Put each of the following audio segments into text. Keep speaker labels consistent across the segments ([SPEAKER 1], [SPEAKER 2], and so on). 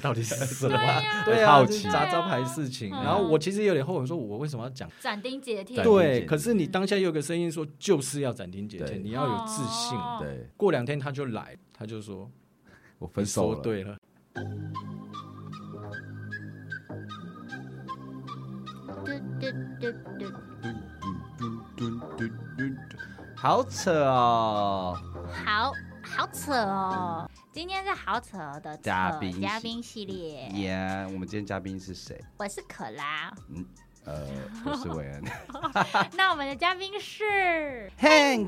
[SPEAKER 1] 到底是什么？
[SPEAKER 2] 呀
[SPEAKER 1] 对啊，
[SPEAKER 3] 好
[SPEAKER 1] 就是
[SPEAKER 3] 奇
[SPEAKER 1] 杂招牌事情。
[SPEAKER 3] 啊
[SPEAKER 2] 嗯
[SPEAKER 1] 然后我其实有点后悔，说我为什么要讲？
[SPEAKER 2] 斩钉截铁，
[SPEAKER 3] 斩钉截
[SPEAKER 1] 对，
[SPEAKER 3] 铁
[SPEAKER 1] 可是你当下又有个声音说，就是要斩钉截铁，
[SPEAKER 3] 对
[SPEAKER 1] 你要有自信。
[SPEAKER 2] 哦
[SPEAKER 3] 对
[SPEAKER 1] 过两天他就来，他就说
[SPEAKER 3] 我分
[SPEAKER 1] 你
[SPEAKER 3] 手
[SPEAKER 1] 说
[SPEAKER 3] 了，
[SPEAKER 1] 对了。
[SPEAKER 2] 哦
[SPEAKER 3] 好扯哦，
[SPEAKER 2] 好好扯哦。今天是好扯的扯
[SPEAKER 3] 嘉宾系
[SPEAKER 2] 嘉宾系列
[SPEAKER 3] 耶、我们今天嘉宾是谁？
[SPEAKER 2] 我是可拉。
[SPEAKER 3] 呃， 我是韦恩
[SPEAKER 2] 那我们的嘉宾是
[SPEAKER 3] 啊，Hank，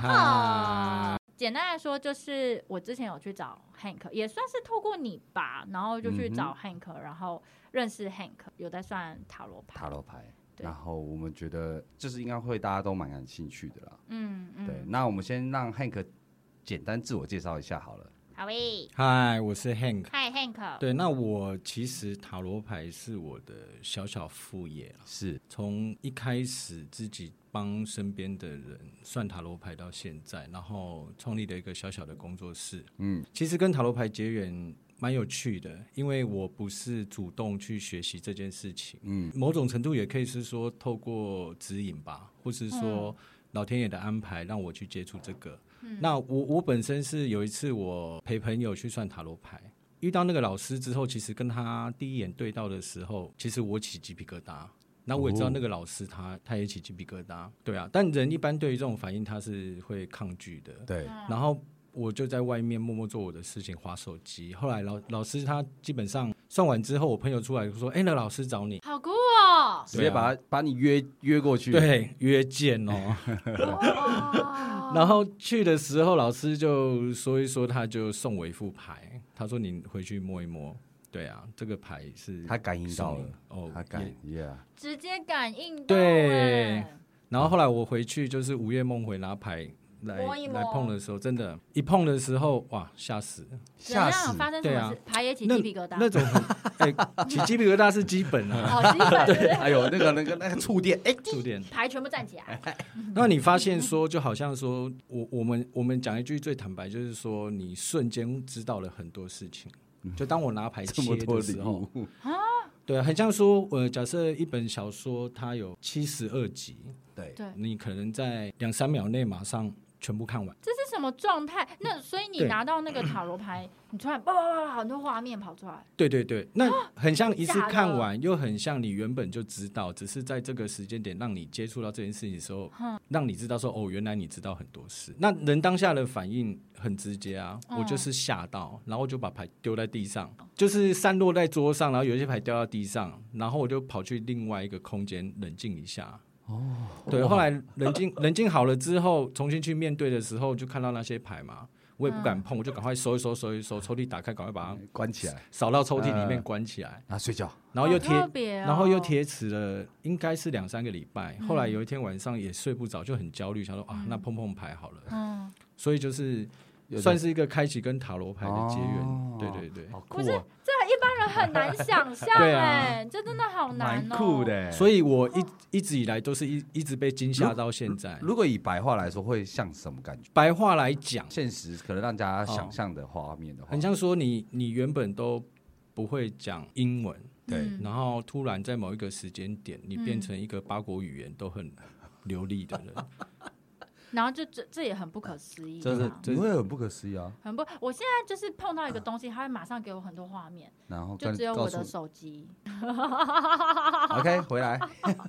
[SPEAKER 2] 哈。哦简单来说，就是我之前有去找 Hank，也算是透过你吧，然后就去
[SPEAKER 3] 嗯哼
[SPEAKER 2] 找 Hank，、然后认识 Hank，有在算塔罗牌。
[SPEAKER 3] 塔罗牌。
[SPEAKER 2] 对
[SPEAKER 3] 然后我们觉得就是应该会大家都蛮感兴趣的啦。
[SPEAKER 2] 嗯嗯，
[SPEAKER 3] 对，，那我们先让 Hank 简单自我介绍一下好了。
[SPEAKER 2] 好诶，
[SPEAKER 1] 嗨，我是 Hank。
[SPEAKER 2] 嗨 Hank，，
[SPEAKER 1] 对，那我其实塔罗牌是我的小小副业啦
[SPEAKER 3] 是
[SPEAKER 1] 从一开始自己帮身边的人算塔罗牌到现在，然后创立了一个小小的工作室。
[SPEAKER 3] 嗯，
[SPEAKER 1] 其实跟塔罗牌结缘蛮有趣的，因为我不是主动去学习这件事情，
[SPEAKER 3] 嗯，
[SPEAKER 1] 某种程度也可以是说透过指引吧，或是说老天爷的安排让我去接触这个。那我我本身是有一次我陪朋友去算塔罗牌。遇到那个老师之后，其实跟他第一眼对到的时候，其实我起鸡皮疙瘩。那我也知道那个老师他他也起鸡皮疙瘩，对啊。但人一般对于这种反应他是会抗拒的，
[SPEAKER 2] 嗯
[SPEAKER 3] 对，！
[SPEAKER 1] 然后我就在外面默默做我的事情，划手机。后来老老师他基本上算完之后，我朋友出来就说：“哎、那老师找你。
[SPEAKER 2] 好酷哦
[SPEAKER 3] 直接把他把你约约过”去。，
[SPEAKER 1] 对，约见 哦。
[SPEAKER 2] 哦
[SPEAKER 3] 哦
[SPEAKER 2] 哇
[SPEAKER 1] 然后去的时候，老师就说一说，他就送我一副牌，他说：“你回去摸一摸。”对啊，这个牌是
[SPEAKER 3] 他感应到
[SPEAKER 1] 送你
[SPEAKER 3] 了，
[SPEAKER 1] 哦，
[SPEAKER 3] 他感
[SPEAKER 1] 也
[SPEAKER 3] ，Yeah，
[SPEAKER 2] 直接感应到
[SPEAKER 1] 对
[SPEAKER 2] 哎
[SPEAKER 1] 然后后来我回去就是午夜梦回拿牌来
[SPEAKER 2] 摸一摸
[SPEAKER 1] 来碰的时候，真的，一碰的时候哇，吓死！
[SPEAKER 2] 怎
[SPEAKER 3] 吓
[SPEAKER 2] 样
[SPEAKER 3] 死，
[SPEAKER 2] 发生什么
[SPEAKER 1] 对
[SPEAKER 2] 事？牌也起
[SPEAKER 1] 那
[SPEAKER 2] 鸡皮疙瘩，哦
[SPEAKER 1] 那种很哎、起鸡皮疙瘩是基本 啊，
[SPEAKER 2] 好兴奋，对
[SPEAKER 3] 哎呦，那个那个那个触电，哎，
[SPEAKER 1] 触电。
[SPEAKER 2] 牌全部站起 来，
[SPEAKER 1] 那你发现说，就好像说我我们我们讲一句最坦白，就是说你瞬间知道了很多事情。就当我拿牌
[SPEAKER 3] 嗯这
[SPEAKER 1] 切
[SPEAKER 3] 么多
[SPEAKER 1] 的
[SPEAKER 3] 礼
[SPEAKER 1] 时候，
[SPEAKER 3] 物，
[SPEAKER 1] 对啊，很像说，呃，假设一本小说它有七十二集，
[SPEAKER 3] 对，
[SPEAKER 2] 对，
[SPEAKER 1] 你可能在两三秒内马上全部看完。
[SPEAKER 2] 这是什么状态？那所以你
[SPEAKER 1] 对
[SPEAKER 2] 拿到那个塔罗牌，你突然叭叭叭叭很多画面跑出来，
[SPEAKER 1] 对对对，那很像一次
[SPEAKER 2] 吓
[SPEAKER 1] 看
[SPEAKER 2] 到
[SPEAKER 1] 完，又很像你原本就知道，只是在这个时间点让你接触到这件事情的时候，让你知道说哦，原来你知道很多事。那人当下的反应很直接啊，
[SPEAKER 2] 嗯
[SPEAKER 1] 我就是吓到，然后就把牌丢在地上，就是散落在桌上，然后有一些牌掉到地上，然后我就跑去另外一个空间冷静一下。哦，对，后来冷静冷静好了之后，重新去面对的时候，就看到那些牌嘛。我也不敢碰，我就赶快收一收，收一收，抽屉打开，赶快把它
[SPEAKER 3] 关起来，
[SPEAKER 1] 扫到抽屉里面关起来，
[SPEAKER 3] 啊，睡觉，
[SPEAKER 1] 然后又
[SPEAKER 2] 好
[SPEAKER 1] 贴，
[SPEAKER 2] 特别哦嗯
[SPEAKER 1] 然后又贴纸了，应该是两三个礼拜。后来有一天晚上也睡不着，就很焦虑，想说啊，那碰碰牌好了。
[SPEAKER 2] 嗯，
[SPEAKER 1] 所以就是算是一个开启跟塔罗牌的结
[SPEAKER 3] 哦
[SPEAKER 1] 缘，对对对。
[SPEAKER 3] 好
[SPEAKER 2] 不
[SPEAKER 3] 酷
[SPEAKER 2] 是
[SPEAKER 3] 啊，
[SPEAKER 2] 这一般人很难想象
[SPEAKER 1] 对啊
[SPEAKER 2] 哎，这真的好难
[SPEAKER 3] 蛮
[SPEAKER 2] 哦，
[SPEAKER 3] 酷的，欸。
[SPEAKER 1] 所以我一一直以来都是一一直被惊吓到现在。
[SPEAKER 3] 如果以白话来说，会像什么感觉？
[SPEAKER 1] 白话来讲，
[SPEAKER 3] 现实可能让大家想象的画面的话，
[SPEAKER 1] 很像说你你原本都不会讲英文，
[SPEAKER 3] 对，
[SPEAKER 2] 嗯
[SPEAKER 1] 然后突然在某一个时间点，你变成一个八国语言都很流利的人。
[SPEAKER 2] 然后就这这也很不可思议啊，
[SPEAKER 3] 就是
[SPEAKER 1] 这
[SPEAKER 3] 你会嗯很不可思议啊。
[SPEAKER 2] 很不，我现在就是碰到一个东西，它会马上给我很多画面，
[SPEAKER 3] 然后
[SPEAKER 2] 就
[SPEAKER 3] 跟
[SPEAKER 2] 只有
[SPEAKER 3] 告
[SPEAKER 2] 我
[SPEAKER 3] 诉
[SPEAKER 2] 的手机。
[SPEAKER 3] OK 回 来，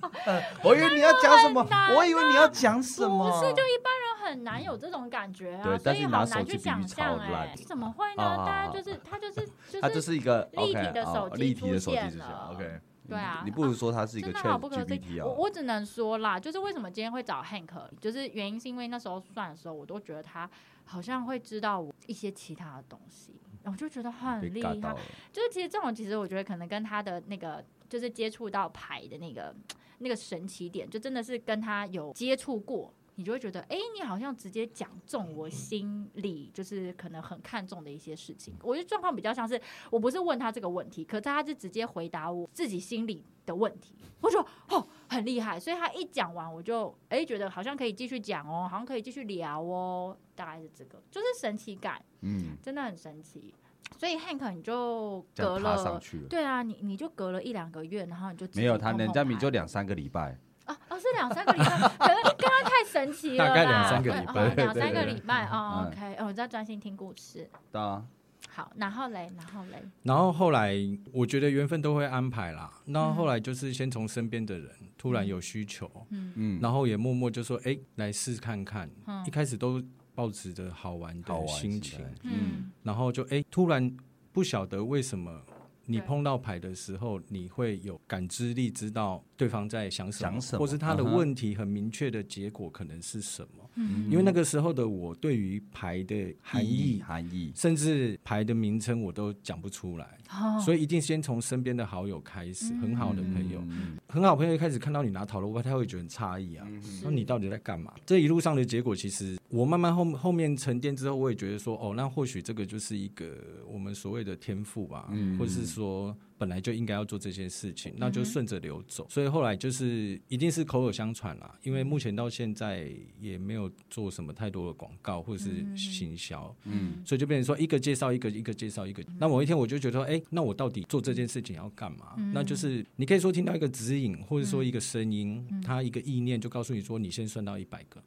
[SPEAKER 3] 我以为你要讲什么，我以为你要讲什么，
[SPEAKER 2] 啊不是，就一般人很难有这种感觉啊，
[SPEAKER 3] 嗯对
[SPEAKER 2] 所
[SPEAKER 3] 但
[SPEAKER 2] 以
[SPEAKER 3] 是
[SPEAKER 2] 好
[SPEAKER 3] 拿手
[SPEAKER 2] 难
[SPEAKER 3] 机
[SPEAKER 2] 去
[SPEAKER 3] 比喻
[SPEAKER 2] 想象
[SPEAKER 3] 超
[SPEAKER 2] 哎、
[SPEAKER 3] 烂
[SPEAKER 2] 怎么会呢？
[SPEAKER 3] 啊啊啊
[SPEAKER 2] 大家就是他就是就是
[SPEAKER 3] 它就是一个
[SPEAKER 2] 立
[SPEAKER 3] OK
[SPEAKER 2] 体的手
[SPEAKER 3] 哦
[SPEAKER 2] 机
[SPEAKER 3] 立体的
[SPEAKER 2] 出
[SPEAKER 3] 手机
[SPEAKER 2] 现
[SPEAKER 3] 出现
[SPEAKER 2] 了
[SPEAKER 3] OK。
[SPEAKER 2] 对啊
[SPEAKER 3] 你不如说它是一个
[SPEAKER 2] 真的好
[SPEAKER 3] Chat
[SPEAKER 2] 不可思议。
[SPEAKER 3] GPT 啊。
[SPEAKER 2] 我我只能说啦，就是为什么今天会找 Hank，就是原因是因为那时候算的时候，我都觉得他好像会知道我一些其他的东西，我就觉得很
[SPEAKER 3] 被
[SPEAKER 2] 厉
[SPEAKER 3] 尬
[SPEAKER 2] 害
[SPEAKER 3] 到。了，
[SPEAKER 2] 就是其实这种，其实我觉得可能跟他的那个，就是接触到牌的那个那个神奇点，就真的是跟他有接触过，你就会觉得，哎、你好像直接讲中我心里就是可能很看重的一些事情。我觉得状况比较像是，我不是问他这个问题，可是他是直接回答我自己心里的问题，我就哦很厉害。所以他一讲完，我就哎、诶觉得好像可以继续讲哦，好像可以继续聊哦，大概是这个，就是神奇感。
[SPEAKER 3] 嗯，
[SPEAKER 2] 真的很神奇。所以 Hank 你就
[SPEAKER 3] 这
[SPEAKER 2] 隔
[SPEAKER 3] 样爬上
[SPEAKER 2] 了，
[SPEAKER 3] 去了。
[SPEAKER 2] 对啊，你你就隔了一两个月，然后你就自己
[SPEAKER 3] 没有他，
[SPEAKER 2] 碰碰
[SPEAKER 3] 人家米
[SPEAKER 2] 牌
[SPEAKER 3] 就两三个礼拜，
[SPEAKER 2] 哦哦，是两三个礼拜， 可能刚刚太神奇了啦，
[SPEAKER 1] 大概两三个礼拜
[SPEAKER 2] 对哦两
[SPEAKER 3] 对
[SPEAKER 2] 三个
[SPEAKER 3] 对对
[SPEAKER 2] 礼拜哦
[SPEAKER 3] 嗯
[SPEAKER 2] OK，哦，我在专心听故事。
[SPEAKER 3] 对啊，
[SPEAKER 2] 好，然后嘞，然后嘞，
[SPEAKER 1] 然后后来我觉得缘分都会安排啦。那后来就是先从身边的人突然有需求，
[SPEAKER 3] 嗯，
[SPEAKER 1] 然后也默默就说：“哎，来试看看。
[SPEAKER 2] 嗯
[SPEAKER 1] 一开始都抱持着好玩
[SPEAKER 3] 好
[SPEAKER 1] 的
[SPEAKER 3] 玩
[SPEAKER 1] 心
[SPEAKER 3] 起
[SPEAKER 1] 情
[SPEAKER 3] 来，
[SPEAKER 2] 嗯
[SPEAKER 1] 然后就哎，突然不晓得为什么。你
[SPEAKER 2] 对
[SPEAKER 1] 碰到牌的时候，你会有感知力，知道对方在想什么，
[SPEAKER 3] 想什么
[SPEAKER 1] 或是他的
[SPEAKER 3] 嗯哼
[SPEAKER 1] 问题很明确的结果可能是什么。
[SPEAKER 2] 嗯
[SPEAKER 1] 因为那个时候的我，对于牌的含义
[SPEAKER 3] 含义，
[SPEAKER 1] 甚至牌的名称我都讲不出来，
[SPEAKER 2] 哦，
[SPEAKER 1] 所以一定先从身边的好友开始，
[SPEAKER 2] 嗯
[SPEAKER 1] 很好的朋友，
[SPEAKER 3] 嗯
[SPEAKER 1] 很好朋友一开始看到你拿塔罗牌，他会觉得很诧异啊，
[SPEAKER 2] 是
[SPEAKER 1] 那你到底在干嘛？这一路上的结果，其实我慢慢后后面沉淀之后，我也觉得说，哦，那或许这个就是一个我们所谓的天赋吧，
[SPEAKER 3] 嗯
[SPEAKER 1] 或是说本来就应该要做这些事情，那
[SPEAKER 2] 嗯
[SPEAKER 1] 就
[SPEAKER 2] 哼
[SPEAKER 1] 顺着流走。所以后来就是一定是口耳相传啦，因为目前到现在也没有做什么太多的广告或是行销，
[SPEAKER 3] 嗯
[SPEAKER 1] 所以就变成说一个介绍一个，一个介绍一个。那某一天我就觉得说，哎、那我到底做这件事情要干嘛？
[SPEAKER 2] 嗯
[SPEAKER 1] 那就是你可以说听到一个指引，或者说一个声音，
[SPEAKER 2] 嗯
[SPEAKER 1] 它一个意念就告诉你说，你先算到一百个。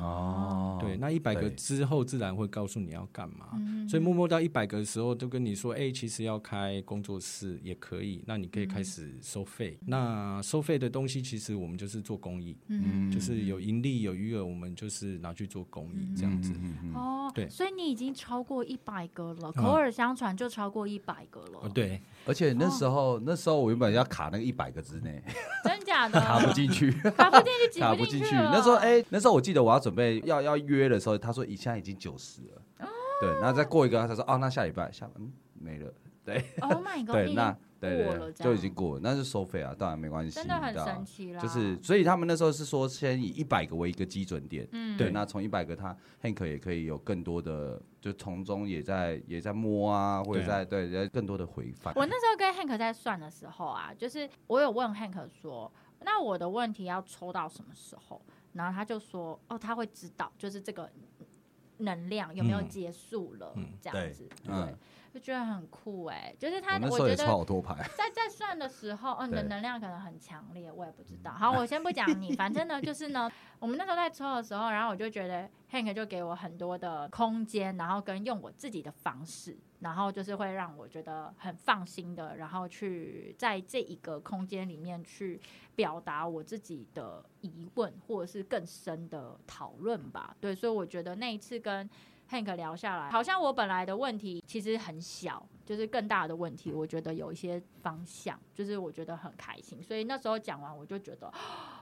[SPEAKER 3] 哦，
[SPEAKER 1] 对，那一百个
[SPEAKER 3] 对
[SPEAKER 1] 之后自然会告诉你要干嘛。
[SPEAKER 2] 嗯
[SPEAKER 1] 所以默默到一百个的时候，就跟你说，哎、其实要开工作室也可以，那你可
[SPEAKER 2] 嗯
[SPEAKER 1] 以开始收费。那收费的东西，其实我们就是做公益，
[SPEAKER 2] 嗯
[SPEAKER 1] 就是有盈利有余额，我们就是拿去做公益这样子。
[SPEAKER 3] 嗯嗯嗯
[SPEAKER 2] 哦，
[SPEAKER 1] 对
[SPEAKER 2] 所以你已经超过一百个了，
[SPEAKER 1] 嗯
[SPEAKER 2] 口耳相传就超过一百个了
[SPEAKER 1] 哦，，对，
[SPEAKER 3] 而且那时候，那时候我原本要卡那个一百个之内，
[SPEAKER 2] 真假 的？
[SPEAKER 3] 卡不，进 去，
[SPEAKER 2] 卡不进去，哦挤
[SPEAKER 3] 卡不进
[SPEAKER 2] 去
[SPEAKER 3] 去。
[SPEAKER 2] 了。
[SPEAKER 3] 那时候，哎，那时候我记得我要准备要要约的时候，他说现在已经九十了，
[SPEAKER 2] 哦
[SPEAKER 3] 对，然后再过一个，他说哦，那下礼拜下嗯没了，
[SPEAKER 2] ，Oh my God，
[SPEAKER 3] 对，
[SPEAKER 2] 你
[SPEAKER 3] 那对
[SPEAKER 2] 过
[SPEAKER 3] 对
[SPEAKER 2] 了
[SPEAKER 3] 对，
[SPEAKER 2] 这
[SPEAKER 3] 就
[SPEAKER 2] 样
[SPEAKER 3] 已经过了，那就收费啊，当然没关系，啊
[SPEAKER 2] 真的很
[SPEAKER 3] 你知道
[SPEAKER 2] 神奇啦，
[SPEAKER 3] 就是，所以他们那时候是说，先以一百个为一个基准点，
[SPEAKER 2] 嗯
[SPEAKER 3] 对，那从一百个他 Hank 也可以有更多的，就从中也在也在摸啊，或者在对，在更多的回返。
[SPEAKER 2] 我那时候跟 Hank 在算的时候啊，就是我有问 Hank 说，那我的问题要抽到什么时候？然后他就说，哦，他会知道，就是这个能量有没有
[SPEAKER 1] 嗯
[SPEAKER 2] 结束了，
[SPEAKER 1] 嗯
[SPEAKER 2] 这样子，对，
[SPEAKER 3] 嗯
[SPEAKER 2] 就觉得很酷哎、就是他，
[SPEAKER 3] 我那
[SPEAKER 2] 我
[SPEAKER 3] 时候
[SPEAKER 2] 觉
[SPEAKER 3] 也抽
[SPEAKER 2] 得
[SPEAKER 3] 好多牌，
[SPEAKER 2] 在在算的时候，哦，你的
[SPEAKER 3] 对
[SPEAKER 2] 能量可能很强烈，我也不知道。好，我先不讲你，反正呢，就是呢， 我们那时候在抽的时候，然后我就觉得 Hank 就给我很多的空间，然后跟用我自己的方式，然后就是会让我觉得很放心的，然后去在这一个空间里面去表达我自己的疑问，或者是更深的讨论吧。对，所以我觉得那一次跟 Hank 聊下来，好像我本来的问题其实很小，就是更大的问题，我觉得有一些方向，就是我觉得很开心。所以那时候讲完，我就觉得，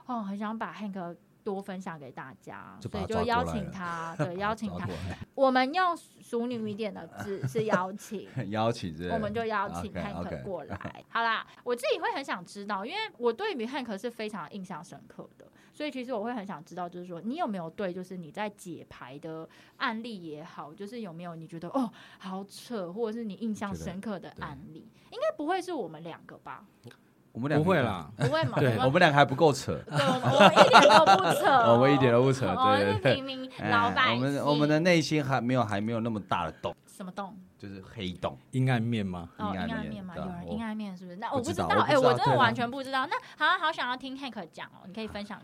[SPEAKER 2] 哦，很想把 Hank 多分享给大家，
[SPEAKER 3] 就
[SPEAKER 2] 所
[SPEAKER 3] 把他
[SPEAKER 2] 以就
[SPEAKER 3] 抓
[SPEAKER 2] 邀
[SPEAKER 3] 过来
[SPEAKER 2] 请
[SPEAKER 3] 了
[SPEAKER 2] 他，对，邀 请
[SPEAKER 3] 抓
[SPEAKER 2] 他
[SPEAKER 3] 过。来
[SPEAKER 2] 我们用淑女一点的字是邀请，
[SPEAKER 3] 邀请之类的，
[SPEAKER 2] 我们就邀请
[SPEAKER 3] OK，OK
[SPEAKER 2] Hank 过来。 好啦，我自己会很想知道，因为我对于 Hank 是非常印象深刻的，所以其实我会很想知道，就是说你有没有对，就是你在解牌的案例也好，就是有没有你觉得哦好扯，或者是你印象深刻的案例，应该不会是我们两个吧？
[SPEAKER 3] 我们两
[SPEAKER 1] 不
[SPEAKER 3] 个
[SPEAKER 1] 会，啦。
[SPEAKER 2] 不会嘛？
[SPEAKER 1] 对
[SPEAKER 2] 我
[SPEAKER 3] 我
[SPEAKER 2] 们
[SPEAKER 3] 们两个还不够扯，
[SPEAKER 2] 对，我们我们一点 都不扯 哦，
[SPEAKER 3] 我们一点都不扯，
[SPEAKER 2] 我
[SPEAKER 3] 对
[SPEAKER 2] 们是
[SPEAKER 3] 对对
[SPEAKER 2] 平。民
[SPEAKER 3] 哎
[SPEAKER 2] 老百
[SPEAKER 3] 我
[SPEAKER 2] 姓，
[SPEAKER 3] 们我们的内心还没有还没有那么大的洞，
[SPEAKER 2] 什么洞？
[SPEAKER 3] 就是黑洞。
[SPEAKER 1] 阴暗面吗？
[SPEAKER 2] 哦，
[SPEAKER 3] 阴
[SPEAKER 2] 阴
[SPEAKER 3] 暗
[SPEAKER 2] 暗
[SPEAKER 3] 面
[SPEAKER 2] 面嘛，
[SPEAKER 3] 对
[SPEAKER 2] 有
[SPEAKER 3] 啊
[SPEAKER 2] 人
[SPEAKER 3] 我
[SPEAKER 2] 阴暗面是不是？那
[SPEAKER 3] 不
[SPEAKER 2] 我不
[SPEAKER 3] 知
[SPEAKER 2] 道，
[SPEAKER 3] 道我不
[SPEAKER 2] 哎，
[SPEAKER 3] 知
[SPEAKER 2] 我
[SPEAKER 3] 道
[SPEAKER 2] 真的
[SPEAKER 3] 对啊
[SPEAKER 2] 完全不知道。那好像好想要听 Hank 讲哦，你可以分享。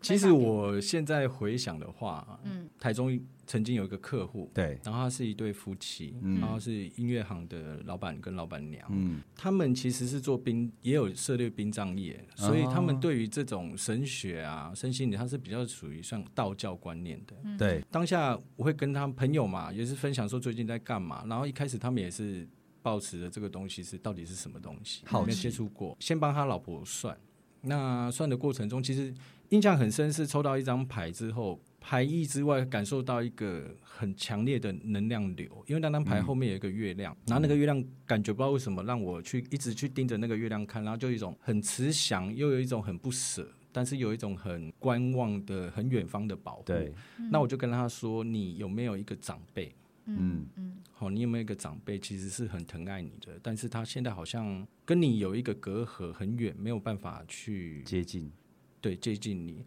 [SPEAKER 1] 其
[SPEAKER 2] 分
[SPEAKER 1] 实
[SPEAKER 2] 享给
[SPEAKER 1] 我现在回想的话，
[SPEAKER 2] 嗯
[SPEAKER 1] 台中曾经有一个客户，
[SPEAKER 3] 对，
[SPEAKER 1] 然后他是一对夫妻，
[SPEAKER 3] 嗯
[SPEAKER 1] 然后是音乐行的老板跟老板娘，
[SPEAKER 3] 嗯，
[SPEAKER 1] 他们其实是做殡，也有涉猎殡葬业，所以他们对于这种神学啊、身心灵，他是比较属于像道教观念的。
[SPEAKER 3] 对，
[SPEAKER 1] 当下我会跟他们朋友嘛，也是分享说最近在干嘛，然后一开始他们也是抱持的这个东西是到底是什么东西，
[SPEAKER 3] 好奇
[SPEAKER 1] 没有接触过，先帮他老婆算。那算的过程中，其实印象很深是抽到一张牌之后，牌意之外感受到一个很强烈的能量流，因为那张
[SPEAKER 3] 嗯
[SPEAKER 1] 牌后面有一个月亮，然后那个月亮感觉不知道为什么让我去一直去盯着那个月亮看，然后就有一种很慈祥，又有一种很不舍，但是有一种很观望的、很远方的保护。
[SPEAKER 3] 对，
[SPEAKER 1] 那我就跟他说：“你有没有一个长辈？
[SPEAKER 2] 嗯嗯
[SPEAKER 1] 好、你有没有一个长辈其实是很疼爱你的，但是他现在好像跟你有一个隔阂很远，没有办法去
[SPEAKER 3] 接近，
[SPEAKER 1] 对接近你。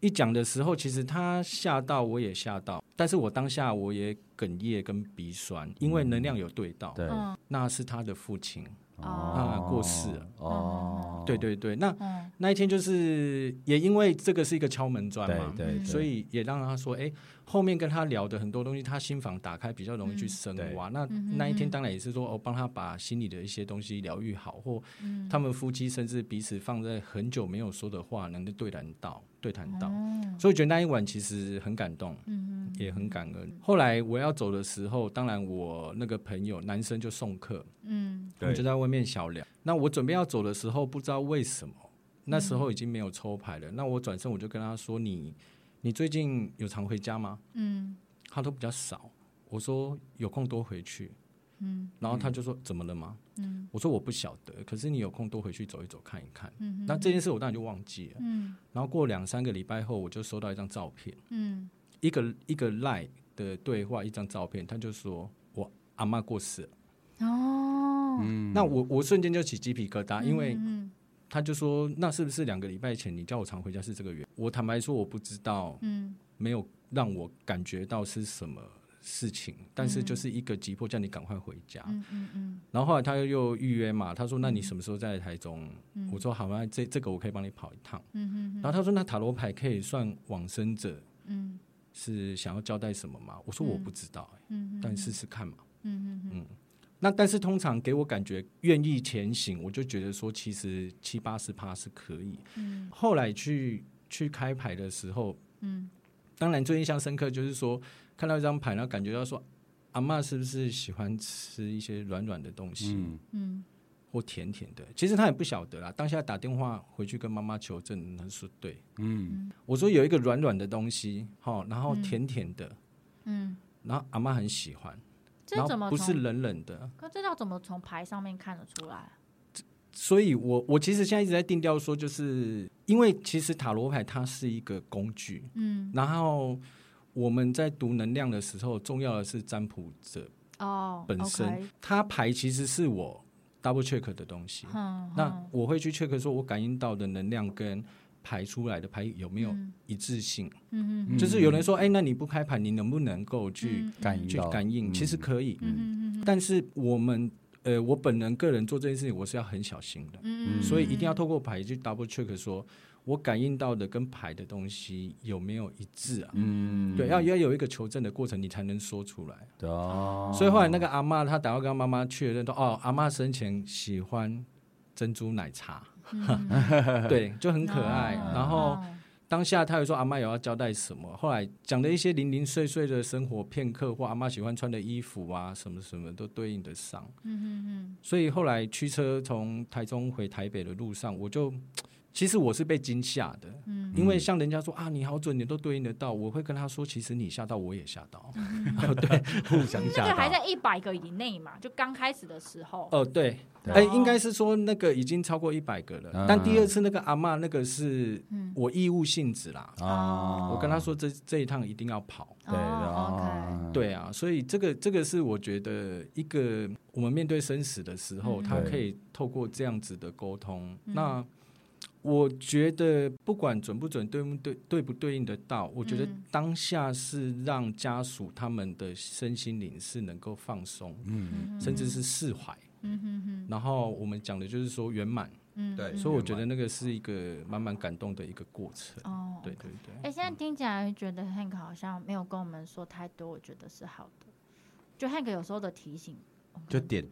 [SPEAKER 1] 一讲的时候，其实他吓到我也吓到，但是我当下我也哽咽跟鼻酸，因为能量有对到，
[SPEAKER 3] 对，啊
[SPEAKER 2] 嗯
[SPEAKER 1] 那是他的父亲，
[SPEAKER 2] 哦
[SPEAKER 1] 过世了
[SPEAKER 3] 哦，
[SPEAKER 1] 对对对，那
[SPEAKER 2] 嗯
[SPEAKER 1] 那一天就是也因为这个是一个敲门砖
[SPEAKER 3] 对
[SPEAKER 1] 嘛，
[SPEAKER 3] 对，
[SPEAKER 2] 嗯
[SPEAKER 3] 对
[SPEAKER 1] 所以也让他说，哎、后面跟他聊的很多东西，他心房打开比较容易去深挖。那
[SPEAKER 2] 嗯哼
[SPEAKER 1] 那一天
[SPEAKER 2] 嗯
[SPEAKER 1] 当然也是说，哦，帮他把心里的一些东西疗愈好，或
[SPEAKER 2] 嗯
[SPEAKER 1] 他们夫妻甚至彼此放在很久没有说的话，能够对谈到，对谈到。
[SPEAKER 2] 哦
[SPEAKER 1] 所以我觉得那一晚其实很感动，
[SPEAKER 2] 嗯哼
[SPEAKER 1] 也很感恩。后来我要走的时候，当然我那个朋友男生就送客，
[SPEAKER 2] 嗯
[SPEAKER 1] 我们就在外面小聊。那我准备要走的时候，不知道为什么那时候已经没有抽牌了。那我转身我就跟他说：“你你最近有常回家吗
[SPEAKER 2] 嗯？”
[SPEAKER 1] 他都比较少。我说有空多回去，
[SPEAKER 2] 嗯
[SPEAKER 1] 然后他就说：“怎么了吗？”
[SPEAKER 2] 嗯
[SPEAKER 1] 我说：“我不晓得，可是你有空多回去走一走，看一看。”
[SPEAKER 2] 嗯
[SPEAKER 1] 那这件事我当然就忘记了。
[SPEAKER 2] 嗯
[SPEAKER 1] 然后过两三个礼拜后，我就收到一张照片，
[SPEAKER 2] 嗯
[SPEAKER 1] 一个一个 line 的对话，一张照片，他就说我阿妈过世了。
[SPEAKER 2] 哦，
[SPEAKER 1] 那我我瞬间就起鸡皮疙瘩，因为
[SPEAKER 2] 嗯
[SPEAKER 1] 他就说那是不是两个礼拜前你叫我常回家是这个原因？我坦白说我不知道，
[SPEAKER 2] 嗯
[SPEAKER 1] 没有让我感觉到是什么事情，但是就是一个急迫叫你赶快回家。
[SPEAKER 2] 嗯嗯嗯
[SPEAKER 1] 然后后来他又预约嘛，他说那你什么时候在台中？
[SPEAKER 2] 嗯
[SPEAKER 1] 我说好啊，这这个我可以帮你跑一趟。
[SPEAKER 2] 嗯
[SPEAKER 1] 然后他说那塔罗牌可以算往生者
[SPEAKER 2] 嗯
[SPEAKER 1] 是想要交代什么吗？我说我不知道、欸
[SPEAKER 2] 嗯
[SPEAKER 1] 但试试看嘛。
[SPEAKER 2] 嗯嗯
[SPEAKER 1] 那但是通常给我感觉愿意前行，我就觉得说其实七八十趴是可以。
[SPEAKER 2] 嗯
[SPEAKER 1] 后来去去开牌的时候，
[SPEAKER 2] 嗯
[SPEAKER 1] 当然最印象深刻就是说看到一张牌，然后感觉到说阿嬷是不是喜欢吃一些软软的东西、
[SPEAKER 3] 嗯，
[SPEAKER 2] 嗯
[SPEAKER 1] 或甜甜的？其实他也不晓得啦，当下打电话回去跟妈妈求证，她说对，嗯，我说有一个软软的东西，好，然后甜甜的，
[SPEAKER 2] 嗯，
[SPEAKER 1] 然后阿嬷很喜欢。然
[SPEAKER 2] 这怎
[SPEAKER 1] 后
[SPEAKER 2] 么
[SPEAKER 1] 不是冷冷的，
[SPEAKER 2] 可这要怎么从牌上面看得出来？
[SPEAKER 1] 所以我我其实现在一直在定调说，就是因为其实塔罗牌它是一个工具，
[SPEAKER 2] 嗯
[SPEAKER 1] 然后我们在读能量的时候，重要的是占卜者
[SPEAKER 2] 哦，
[SPEAKER 1] 本身，它牌其实是我 double check 的东西，
[SPEAKER 2] 嗯，
[SPEAKER 1] 那我会去 check 说我感应到的能量跟排出来的牌有没有
[SPEAKER 2] 嗯
[SPEAKER 1] 一致性，
[SPEAKER 2] 嗯嗯
[SPEAKER 1] 就是有人说，哎，那你不开盘，你能不能够去
[SPEAKER 3] 感应
[SPEAKER 1] 去
[SPEAKER 3] 到
[SPEAKER 1] 感应？其实可以，
[SPEAKER 2] 嗯嗯
[SPEAKER 1] 但是我们呃，我本人个人做这件事情，我是要很小心的。
[SPEAKER 2] 嗯
[SPEAKER 1] 所以一定要透过牌去 double check，说我感应到的跟牌的东西有没有一致啊？
[SPEAKER 3] 嗯，
[SPEAKER 1] 对，要要有一个求证的过程，你才能说出来。
[SPEAKER 3] 对哦，
[SPEAKER 1] 所以后来那个阿嬷她打电话跟她妈妈确认说，哦，阿嬷生前喜欢珍珠奶茶，对，就很可爱。
[SPEAKER 2] 啊
[SPEAKER 1] 然后当下她又说阿嬷有要交代什么，后来讲的一些零零碎碎的生活片刻或阿嬷喜欢穿的衣服啊，什么什么都对应得上。
[SPEAKER 2] 嗯嗯
[SPEAKER 1] 所以后来驱车从台中回台北的路上，我就其实我是被惊吓的，
[SPEAKER 2] 嗯
[SPEAKER 1] 因为像人家说啊，你好准，你都对应得到，我会跟他说，其实你吓到我也吓到，
[SPEAKER 3] 互相
[SPEAKER 2] 这
[SPEAKER 3] 吓
[SPEAKER 2] 个还
[SPEAKER 3] 到，呃
[SPEAKER 2] 在一百个以内嘛，就刚开始的时候，
[SPEAKER 1] 哦、对，
[SPEAKER 3] 对
[SPEAKER 1] 哎、应该是说那个已经超过一百个了，
[SPEAKER 3] 嗯
[SPEAKER 1] 但第二次那个阿嬷那个是
[SPEAKER 2] 嗯
[SPEAKER 1] 我义务性质啦，
[SPEAKER 3] 啊
[SPEAKER 1] 我跟他说这这一趟一定要跑，
[SPEAKER 3] 对的
[SPEAKER 2] 哦
[SPEAKER 3] 哦，
[SPEAKER 1] 对啊，所以这个这个是我觉得一个我们面对生死的时候，
[SPEAKER 2] 嗯
[SPEAKER 1] 他
[SPEAKER 3] 对
[SPEAKER 1] 可以透过这样子的沟通。那我觉得不管准不准，对不对，对不对应得到，我觉得
[SPEAKER 2] 嗯
[SPEAKER 1] 当下是让家属他们的身心灵是能够放松，
[SPEAKER 2] OK，
[SPEAKER 1] 甚至是释怀。
[SPEAKER 2] 嗯哼哼，
[SPEAKER 1] 然后我们讲的就是说圆满，
[SPEAKER 2] 嗯
[SPEAKER 3] 对
[SPEAKER 1] 所以我觉得那个是一个满满感动的一个过程。
[SPEAKER 2] 哦，
[SPEAKER 1] 对对对。
[SPEAKER 2] 哎、现在听起来觉得 Hank 好像没有跟我们说太多，我觉得是好的。就 Hank 有时候的提醒，我们
[SPEAKER 3] 就点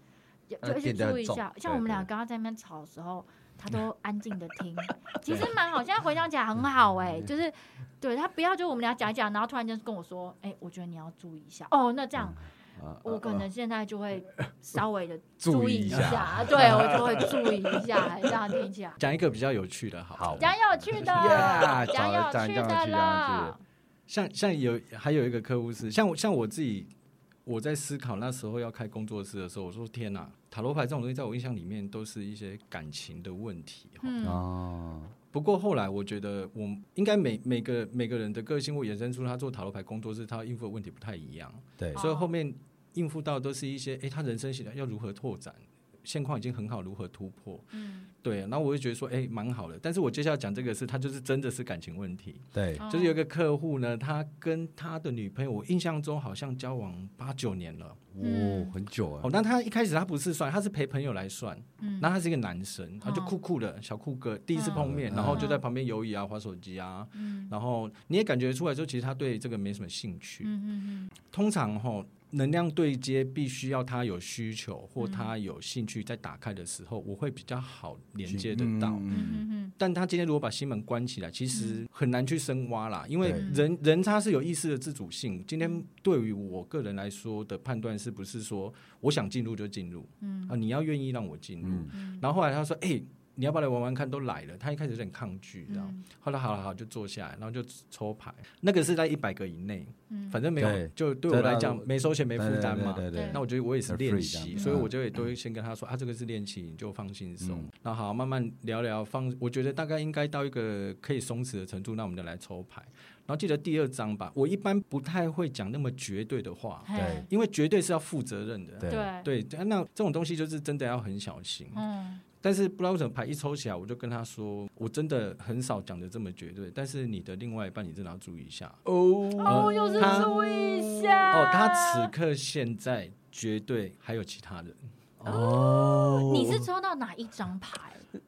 [SPEAKER 2] 就
[SPEAKER 3] 呃
[SPEAKER 2] 就去
[SPEAKER 3] 点得很
[SPEAKER 2] 注意一
[SPEAKER 3] 重
[SPEAKER 2] 下。
[SPEAKER 3] 对
[SPEAKER 2] 像我们
[SPEAKER 3] 对
[SPEAKER 2] 俩刚刚在那边吵的时候， 他都安静的听，其实蛮好。现在回想起来很好
[SPEAKER 3] 嗯
[SPEAKER 2] 哎、就是对他不要就我们俩讲一讲，然后突然间跟我说，哎、我觉得你要注意一下。哦，那这样
[SPEAKER 3] 啊
[SPEAKER 2] 我可能现在就会稍微的
[SPEAKER 3] 注意
[SPEAKER 2] 意
[SPEAKER 3] 一
[SPEAKER 2] 一
[SPEAKER 3] 下
[SPEAKER 2] 下，对我就会注意一下。这样听起来。
[SPEAKER 1] 讲一个比较有趣的，好了，
[SPEAKER 3] 好
[SPEAKER 2] 讲有趣的
[SPEAKER 3] Yeah，
[SPEAKER 2] 讲
[SPEAKER 3] 讲
[SPEAKER 2] 有
[SPEAKER 3] 讲
[SPEAKER 2] 趣
[SPEAKER 3] 讲有
[SPEAKER 2] 的
[SPEAKER 3] 趣讲有
[SPEAKER 2] 啦
[SPEAKER 3] 趣。
[SPEAKER 1] 像像有还有一个客户是像我像我自己，我在思考那时候要开工作室的时候，我说天哪，塔罗牌这种东西在我印象里面都是一些感情的问题哈。
[SPEAKER 2] 嗯
[SPEAKER 3] 哦，
[SPEAKER 1] 不过后来我觉得我应该每每个每个人的个性会衍生出他做塔罗牌工作室他要应付的问题不太一样，
[SPEAKER 3] 对
[SPEAKER 2] 哦
[SPEAKER 1] 所以后面应付到都是一些哎他人生写的要如何拓展。现况已经很好，如何突破？
[SPEAKER 2] 嗯，
[SPEAKER 1] 对，然后我就觉得说，哎，蛮好的。但是我接下来讲这个是，他就是真的是感情问题，
[SPEAKER 3] 对，
[SPEAKER 1] 就是有一个客户呢，他跟他的女朋友，我印象中好像交往八九年了。
[SPEAKER 3] 哦，很久啊
[SPEAKER 1] 哦，，那他一开始他不是算，他是陪朋友来算，
[SPEAKER 2] 嗯
[SPEAKER 1] 那他是一个男生，他就
[SPEAKER 2] 嗯
[SPEAKER 1] 酷酷的小酷哥，第一次碰面，
[SPEAKER 3] 嗯
[SPEAKER 1] 然后就在旁边游移啊、划手机啊，
[SPEAKER 2] 嗯
[SPEAKER 1] 然后你也感觉出来说，其实他对这个没什么兴趣。
[SPEAKER 2] 嗯嗯
[SPEAKER 1] 通常哈、能量对接必须要他有需求或他有兴趣，在打开的时候，我会比较好连接得到。
[SPEAKER 2] 嗯嗯嗯
[SPEAKER 1] 但他今天如果把心门关起来，其实很难去深挖啦，因为
[SPEAKER 3] 对
[SPEAKER 1] 人人他是有意识的自主性。今天对于我个人来说的判断是不是说我想进入就进入，嗯啊，你要愿意让我进入。
[SPEAKER 3] 嗯
[SPEAKER 2] 嗯
[SPEAKER 1] 然后后来他说，哎、你要不要来玩玩看？都来了，他一开始有点抗拒，
[SPEAKER 2] 嗯
[SPEAKER 3] 嗯
[SPEAKER 1] 这样。后来好了好了就坐下来，然后就抽牌，那个是在一百个以内，
[SPEAKER 2] 嗯
[SPEAKER 1] 反正没有
[SPEAKER 3] 对，
[SPEAKER 1] 就对我来讲
[SPEAKER 3] 对
[SPEAKER 1] 没收钱没负担嘛。
[SPEAKER 3] 对对
[SPEAKER 2] 对
[SPEAKER 1] 那我觉得我也是
[SPEAKER 3] 很
[SPEAKER 1] 练
[SPEAKER 3] free 这样
[SPEAKER 1] 习，
[SPEAKER 3] 子
[SPEAKER 1] 所以
[SPEAKER 3] 嗯
[SPEAKER 1] 我就也都会先跟他说啊，这个是练习，你就放轻松
[SPEAKER 3] 嗯。
[SPEAKER 1] 那好，慢慢聊聊放，我觉得大概应该到一个可以松弛的程度，那我们就来抽牌。然后记得第二张吧，我一般不太会讲那么绝对的话，
[SPEAKER 2] 嗯，
[SPEAKER 1] 因为绝对是要负责任的。
[SPEAKER 3] 对
[SPEAKER 2] 对，
[SPEAKER 1] 对，那这种东西就是真的要很小心。
[SPEAKER 2] 嗯
[SPEAKER 1] 但是不知道为什么牌一抽起来，我就跟他说，我真的很少讲的这么绝对，但是你的另外一半，你真的要注意一下。
[SPEAKER 3] 哦，
[SPEAKER 2] 哦，又是
[SPEAKER 1] 嗯他
[SPEAKER 2] 注意一下
[SPEAKER 1] 哦，他此刻现在绝对还有其他人。
[SPEAKER 3] 哦
[SPEAKER 2] 你是抽到哪一张牌？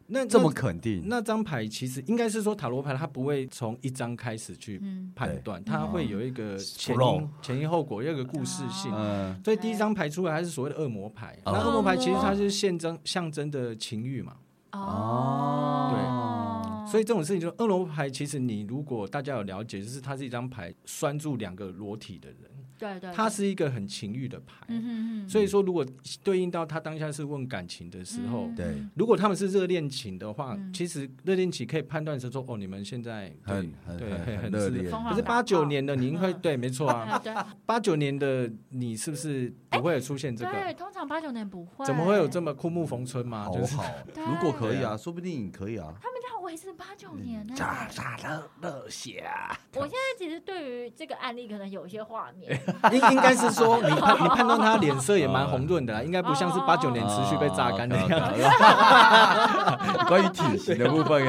[SPEAKER 1] 那
[SPEAKER 3] 这么肯定，
[SPEAKER 1] 那张牌其实应该是说塔罗牌，它不会从一张开始去
[SPEAKER 2] 嗯
[SPEAKER 1] 判断，它会有一个前
[SPEAKER 3] Flow
[SPEAKER 1] 因前因后果，有一个故事性。
[SPEAKER 2] 啊哦
[SPEAKER 3] 嗯，
[SPEAKER 1] 所以第一张牌出来，它是所谓的恶魔牌。
[SPEAKER 3] 哦
[SPEAKER 1] 那恶魔牌其实它是象征象征的情欲嘛。
[SPEAKER 2] 哦，
[SPEAKER 1] 所以这种事情，就是恶魔牌，其实你如果大家有了解，就是它是一张牌拴住两个裸体的人，
[SPEAKER 2] 对对，
[SPEAKER 1] 它是一个很情欲的牌。
[SPEAKER 2] 嗯嗯
[SPEAKER 1] 所以说，如果对应到他当下是问感情的时候，
[SPEAKER 2] 嗯
[SPEAKER 3] 对，
[SPEAKER 1] 如果他们是热恋情的话，
[SPEAKER 2] 嗯
[SPEAKER 1] 其实热恋期可以判断成说，哦，你们现在对
[SPEAKER 3] 很很
[SPEAKER 1] 对
[SPEAKER 3] 很
[SPEAKER 1] 很
[SPEAKER 3] 热
[SPEAKER 1] 自
[SPEAKER 3] 烈，
[SPEAKER 2] 疯狂
[SPEAKER 1] 可是
[SPEAKER 2] 吧
[SPEAKER 1] 八九年的你应该
[SPEAKER 2] 嗯
[SPEAKER 1] 对，没错 啊，
[SPEAKER 2] 对
[SPEAKER 1] 八九年的你是不是不会有出现这
[SPEAKER 2] 对，
[SPEAKER 1] 个？
[SPEAKER 2] 通常八九年不会，
[SPEAKER 1] 怎么会有这？么枯木逢春嘛？
[SPEAKER 3] 好
[SPEAKER 1] 就是
[SPEAKER 3] 好啊，
[SPEAKER 2] 对
[SPEAKER 3] 如果可以啊，说不定你可以啊，
[SPEAKER 2] 他们家我也是八九年
[SPEAKER 1] 嗯
[SPEAKER 2] 呢。
[SPEAKER 3] 炸炸热热血啊，
[SPEAKER 2] 我现在其实对于这个案例可能有一些画 面，
[SPEAKER 1] 应应该是说你判你判断他脸色也蛮红润的啦，应该不像是八九年持续被榨干的样子。
[SPEAKER 3] 样子。关于体型的部分，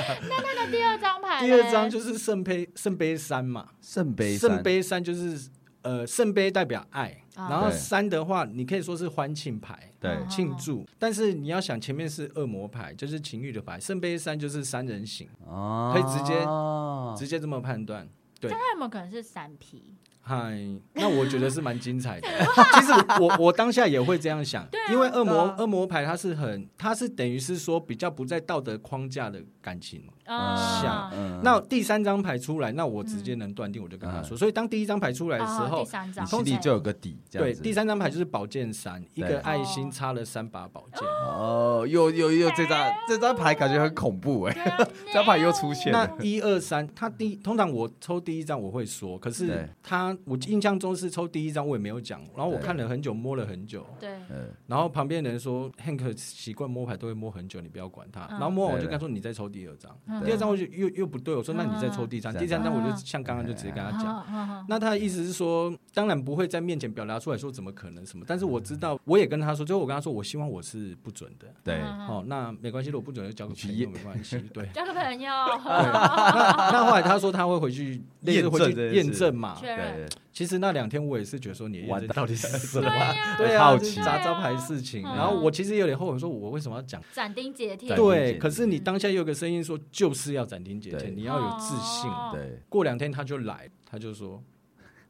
[SPEAKER 2] 那第二张牌嘞，
[SPEAKER 1] 第二张就是圣杯圣杯三嘛，
[SPEAKER 3] 圣杯三
[SPEAKER 1] 圣杯三就是呃圣杯代表爱，
[SPEAKER 2] 啊
[SPEAKER 1] 然后
[SPEAKER 3] 对
[SPEAKER 1] 三的话你可以说是欢庆牌。
[SPEAKER 3] 对
[SPEAKER 2] 嗯
[SPEAKER 1] 庆祝，但是你要想前面是恶魔牌，就是情欲的牌，圣杯三就是三人行，
[SPEAKER 3] 啊
[SPEAKER 1] 可以直接
[SPEAKER 3] 接
[SPEAKER 1] 直接这么判断。对，
[SPEAKER 2] 那有没有可能是闪皮？
[SPEAKER 1] 嗨，那我觉得是蛮精彩的。其实我我当下也会这样想，
[SPEAKER 2] 对啊
[SPEAKER 1] 因为恶魔
[SPEAKER 3] 对啊
[SPEAKER 1] 恶魔牌它是很，它是等于是说比较不在道德框架的感情。
[SPEAKER 2] 啊，
[SPEAKER 3] 嗯
[SPEAKER 1] 那第三张牌出来，那我直接能断定，我就跟他说。所以当第一张牌出来的时
[SPEAKER 2] 哦
[SPEAKER 1] 候
[SPEAKER 2] 嗯第，三张
[SPEAKER 3] 你心里就有个底，这样
[SPEAKER 1] 对，
[SPEAKER 3] 子
[SPEAKER 1] 第三张牌就是宝剑三，一
[SPEAKER 3] 对
[SPEAKER 1] 个爱心插了三把宝剑。
[SPEAKER 3] 哦，又又又这张这张牌感觉很恐怖哎，
[SPEAKER 2] 对 啊
[SPEAKER 3] 这张牌又出现
[SPEAKER 1] 那
[SPEAKER 3] 了，
[SPEAKER 1] 一二三，他第通常我抽第一张我会说，可是
[SPEAKER 3] 对
[SPEAKER 1] 他我印象中是抽第一张我也没有讲，然后我
[SPEAKER 3] 对
[SPEAKER 1] 看了很久，摸了很久，
[SPEAKER 2] 对，
[SPEAKER 3] 嗯
[SPEAKER 1] 然后旁边人说 Hank 习惯摸牌都会摸很久，你不要管他。
[SPEAKER 2] 嗯
[SPEAKER 1] 然后摸完我就
[SPEAKER 3] 对
[SPEAKER 1] 跟他说你再抽第二张，
[SPEAKER 2] 嗯
[SPEAKER 1] 第二张我就又又不对，我说
[SPEAKER 2] 嗯哦
[SPEAKER 1] 那你再抽第三，
[SPEAKER 3] 嗯
[SPEAKER 1] 第三张我就
[SPEAKER 2] 嗯
[SPEAKER 1] 像刚刚就直接跟他讲。
[SPEAKER 2] 讲，
[SPEAKER 1] 那他的意思是说，当然不会在面前表达出来说怎么可能什么，但是我知道，我也跟他说，最后我跟他说，我希望我是不准的，
[SPEAKER 3] 对，
[SPEAKER 2] 嗯
[SPEAKER 1] 哦，那没关系，如果不准就交个朋友没关系， 对。
[SPEAKER 2] 啊交个朋友，
[SPEAKER 1] 对，
[SPEAKER 2] 哦
[SPEAKER 1] 那那后来他说他会回 去类似
[SPEAKER 3] 验证
[SPEAKER 1] 回
[SPEAKER 3] 这
[SPEAKER 1] 去
[SPEAKER 3] 件
[SPEAKER 1] 验
[SPEAKER 3] 事
[SPEAKER 1] 证嘛。
[SPEAKER 2] 确认，
[SPEAKER 1] 其实那两天我也是觉得说你的验
[SPEAKER 3] 玩
[SPEAKER 1] 证
[SPEAKER 3] 到底是什么
[SPEAKER 2] 对？呀，
[SPEAKER 1] 对啊，
[SPEAKER 3] 好
[SPEAKER 1] 就是
[SPEAKER 3] 奇
[SPEAKER 1] 杂招牌事情。
[SPEAKER 2] 嗯
[SPEAKER 1] 然后我其实有点后悔，说我为什么要讲？
[SPEAKER 2] 斩钉截铁，
[SPEAKER 3] 斩钉截
[SPEAKER 1] 对，
[SPEAKER 3] 铁
[SPEAKER 1] 可是你当下又有个声音说就是要斩钉截铁，
[SPEAKER 3] 对
[SPEAKER 1] 你要有自信。
[SPEAKER 2] 哦
[SPEAKER 3] 对
[SPEAKER 1] 过两天他就来，他就说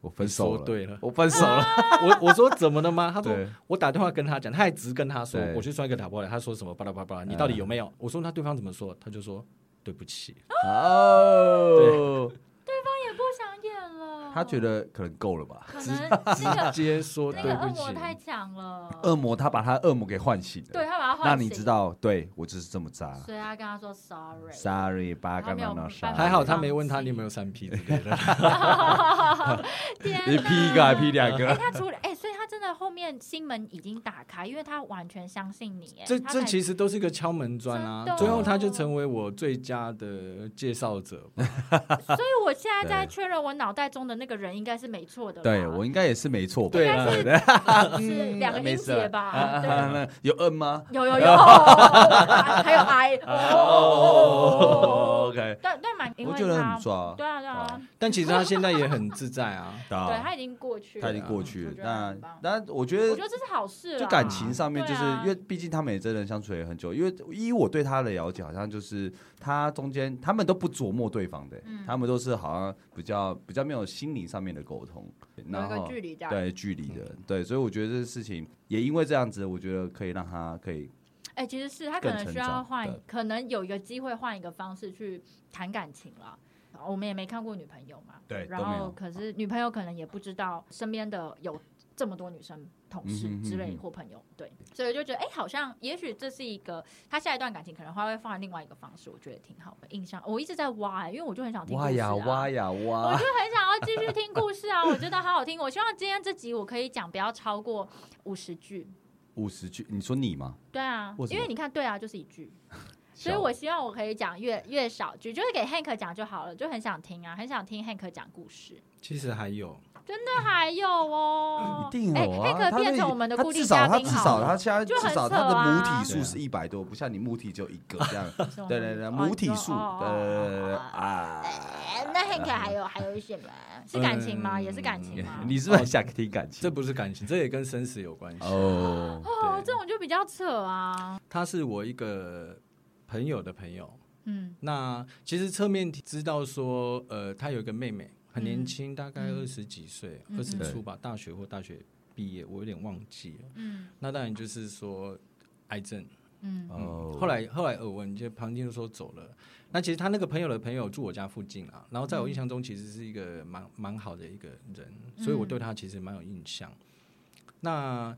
[SPEAKER 3] 我分手
[SPEAKER 1] 你说
[SPEAKER 3] 了，
[SPEAKER 1] 对了。
[SPEAKER 3] 我分手了，
[SPEAKER 1] 我我说怎么了吗？他说
[SPEAKER 3] 对
[SPEAKER 1] 我打电话跟他讲，他还直跟他说
[SPEAKER 3] 对
[SPEAKER 1] 我去算一个打包来，他说什么巴拉巴拉巴拉，你到底有没有？我说那对方怎么说？他就说对不 起。
[SPEAKER 3] 哦，
[SPEAKER 2] 也不想演了，
[SPEAKER 3] 他觉得可能够了吧。
[SPEAKER 2] 可能那个
[SPEAKER 1] 直接说
[SPEAKER 2] 那
[SPEAKER 1] 对
[SPEAKER 2] 个恶
[SPEAKER 1] 不
[SPEAKER 2] 魔
[SPEAKER 1] 起，
[SPEAKER 2] 太强了，
[SPEAKER 1] 哦
[SPEAKER 3] 恶魔他把他恶魔给唤醒了，
[SPEAKER 2] 对他把他
[SPEAKER 3] 那
[SPEAKER 2] 唤醒，
[SPEAKER 3] 你知，道，对我就是这么渣
[SPEAKER 2] 所以他跟他说 sorry，
[SPEAKER 3] ，sorry，八
[SPEAKER 2] 他
[SPEAKER 3] 嘎
[SPEAKER 2] 没有
[SPEAKER 3] 那那
[SPEAKER 2] 办
[SPEAKER 3] 啥，
[SPEAKER 2] 法
[SPEAKER 1] 还好他没问他你有没有三 P 之类的。
[SPEAKER 2] 天哪
[SPEAKER 3] 你 P 一个还 P 两
[SPEAKER 2] 哎，
[SPEAKER 3] 个，
[SPEAKER 2] 他除了哎，所以他真的后面心门已经打开，因为他完全相信你耶。
[SPEAKER 1] 这
[SPEAKER 2] 他
[SPEAKER 1] 这
[SPEAKER 2] 才
[SPEAKER 1] 其实都是一个敲门砖啊
[SPEAKER 2] 真的，
[SPEAKER 1] 最后他就成为我最佳的介绍者吧。
[SPEAKER 2] 所以我现在在
[SPEAKER 3] 对
[SPEAKER 2] 确认我脑袋中的那个人应该是没错的吧。
[SPEAKER 3] 对我应该也是没错吧？
[SPEAKER 1] 对啊
[SPEAKER 3] 对，
[SPEAKER 2] 是两个音节吧？对。
[SPEAKER 3] 那有嗯吗？
[SPEAKER 2] 有有有，还有 I
[SPEAKER 3] 哦
[SPEAKER 2] 哦，
[SPEAKER 3] ，OK，
[SPEAKER 2] 对对蛮，因
[SPEAKER 3] 我
[SPEAKER 2] 为
[SPEAKER 3] 觉得
[SPEAKER 2] 他
[SPEAKER 3] 很抓，
[SPEAKER 2] 对啊对啊，
[SPEAKER 1] 但其实他现在也很自在啊。
[SPEAKER 2] 对
[SPEAKER 3] 对
[SPEAKER 2] 他已经过去了，
[SPEAKER 3] 他已经过去
[SPEAKER 2] 我
[SPEAKER 3] 了
[SPEAKER 2] 觉，得他
[SPEAKER 3] 那
[SPEAKER 2] 很棒
[SPEAKER 3] 那我觉得
[SPEAKER 2] 我觉得这是好事啦，
[SPEAKER 3] 就感情上面，就
[SPEAKER 2] 对
[SPEAKER 3] 是
[SPEAKER 2] 啊
[SPEAKER 3] 因为毕竟他们也真的相处也很久，因为依我对他的了解，好像就是他中间他们都不琢磨对方的欸
[SPEAKER 2] 嗯，
[SPEAKER 3] 他们都是好像比较比较没有心灵上面的沟通，
[SPEAKER 2] 有一
[SPEAKER 3] 然
[SPEAKER 2] 个
[SPEAKER 3] 后
[SPEAKER 2] 距离这样。
[SPEAKER 3] 对距离的，对，所以我觉得这事情也因为这样子，我觉得可以让他可以
[SPEAKER 2] 哎、其实是他可
[SPEAKER 3] 更
[SPEAKER 2] 能
[SPEAKER 3] 成
[SPEAKER 2] 需要
[SPEAKER 3] 长
[SPEAKER 2] 换
[SPEAKER 3] 对，
[SPEAKER 2] 可能有一个机会换一个方式去谈感情了。我们也没看过女朋友嘛，
[SPEAKER 3] 对
[SPEAKER 2] 然
[SPEAKER 3] 都没
[SPEAKER 2] 后
[SPEAKER 3] 有
[SPEAKER 2] 可是女朋友可能也不知道身边的有这么多女生同事
[SPEAKER 3] 嗯哼
[SPEAKER 2] 之类
[SPEAKER 3] 嗯哼
[SPEAKER 2] 或朋友，对，所以我就觉得哎、好像也许这是一个他下一段感情可能他会放在另外一个方式，我觉得挺好的印象。我一直在挖、因为我就很想听故事、啊，
[SPEAKER 3] 挖呀挖呀
[SPEAKER 2] 我
[SPEAKER 3] 挖
[SPEAKER 2] 就，很想要继续听故事啊，我 觉得好好听。我希望今天这集我可以讲不要超过五十句。
[SPEAKER 3] 五十句，你说你吗？
[SPEAKER 2] 对啊，
[SPEAKER 3] 为什
[SPEAKER 2] 因为
[SPEAKER 3] 么
[SPEAKER 2] 你看，对啊，就是一句，所以我希望我可以讲越越少句，就是给 Hank 讲就好了，就很想听啊，很想听 Hank 讲故事。
[SPEAKER 1] 其实还有，
[SPEAKER 2] 那还有 哦，
[SPEAKER 3] 一定有啊，
[SPEAKER 2] 哎
[SPEAKER 3] 他
[SPEAKER 2] Hank 变
[SPEAKER 3] 那
[SPEAKER 2] 成我们的
[SPEAKER 3] 他
[SPEAKER 2] 固定
[SPEAKER 3] 至
[SPEAKER 2] 嘉
[SPEAKER 3] 少他
[SPEAKER 2] 宾
[SPEAKER 3] 至
[SPEAKER 2] 好
[SPEAKER 3] 少
[SPEAKER 2] 了，
[SPEAKER 3] 他现在
[SPEAKER 2] 就很
[SPEAKER 3] 至少
[SPEAKER 2] 扯
[SPEAKER 3] 他的
[SPEAKER 2] 啊
[SPEAKER 3] 母体数是一百多，不像你母体只有一个这样。
[SPEAKER 2] 什么
[SPEAKER 3] 对对对，
[SPEAKER 2] 哦
[SPEAKER 3] 母
[SPEAKER 2] 你
[SPEAKER 3] 体
[SPEAKER 2] 说
[SPEAKER 3] 数，
[SPEAKER 2] 哦
[SPEAKER 3] 对
[SPEAKER 2] 哦
[SPEAKER 3] 对对
[SPEAKER 2] 哦
[SPEAKER 3] 对
[SPEAKER 2] 哦哦
[SPEAKER 3] 啊。
[SPEAKER 2] 哎那 Hank 还有还有什么？是感情吗？
[SPEAKER 1] 嗯
[SPEAKER 2] 也是感情吗？
[SPEAKER 3] 你是不是很想听感
[SPEAKER 1] 这
[SPEAKER 3] 情？
[SPEAKER 1] 不是感情，这也跟生死有关系。
[SPEAKER 3] 哦，
[SPEAKER 2] 哦，
[SPEAKER 1] 对
[SPEAKER 2] 这种就比较扯啊。
[SPEAKER 1] 他是我一个朋友的朋友。
[SPEAKER 2] 嗯
[SPEAKER 1] 那其实侧面知道说，呃，他有一个妹妹，很年轻，大概
[SPEAKER 2] 嗯
[SPEAKER 1] 二十几岁，
[SPEAKER 2] 嗯
[SPEAKER 1] 二十
[SPEAKER 2] 嗯
[SPEAKER 1] 出吧，大学或大学毕业，我有点忘记了。
[SPEAKER 2] 嗯
[SPEAKER 1] 那当然就是说癌症。
[SPEAKER 2] 嗯
[SPEAKER 1] 嗯
[SPEAKER 3] 哦，
[SPEAKER 1] 后来后来耳闻，就旁听就说走了。那其实他那个朋友的朋友住我家附近啊，然后在
[SPEAKER 2] 嗯
[SPEAKER 1] 我印象中其实是一个蛮蛮好的一个人，所以
[SPEAKER 2] 嗯
[SPEAKER 1] 我对他其实蛮有印象。那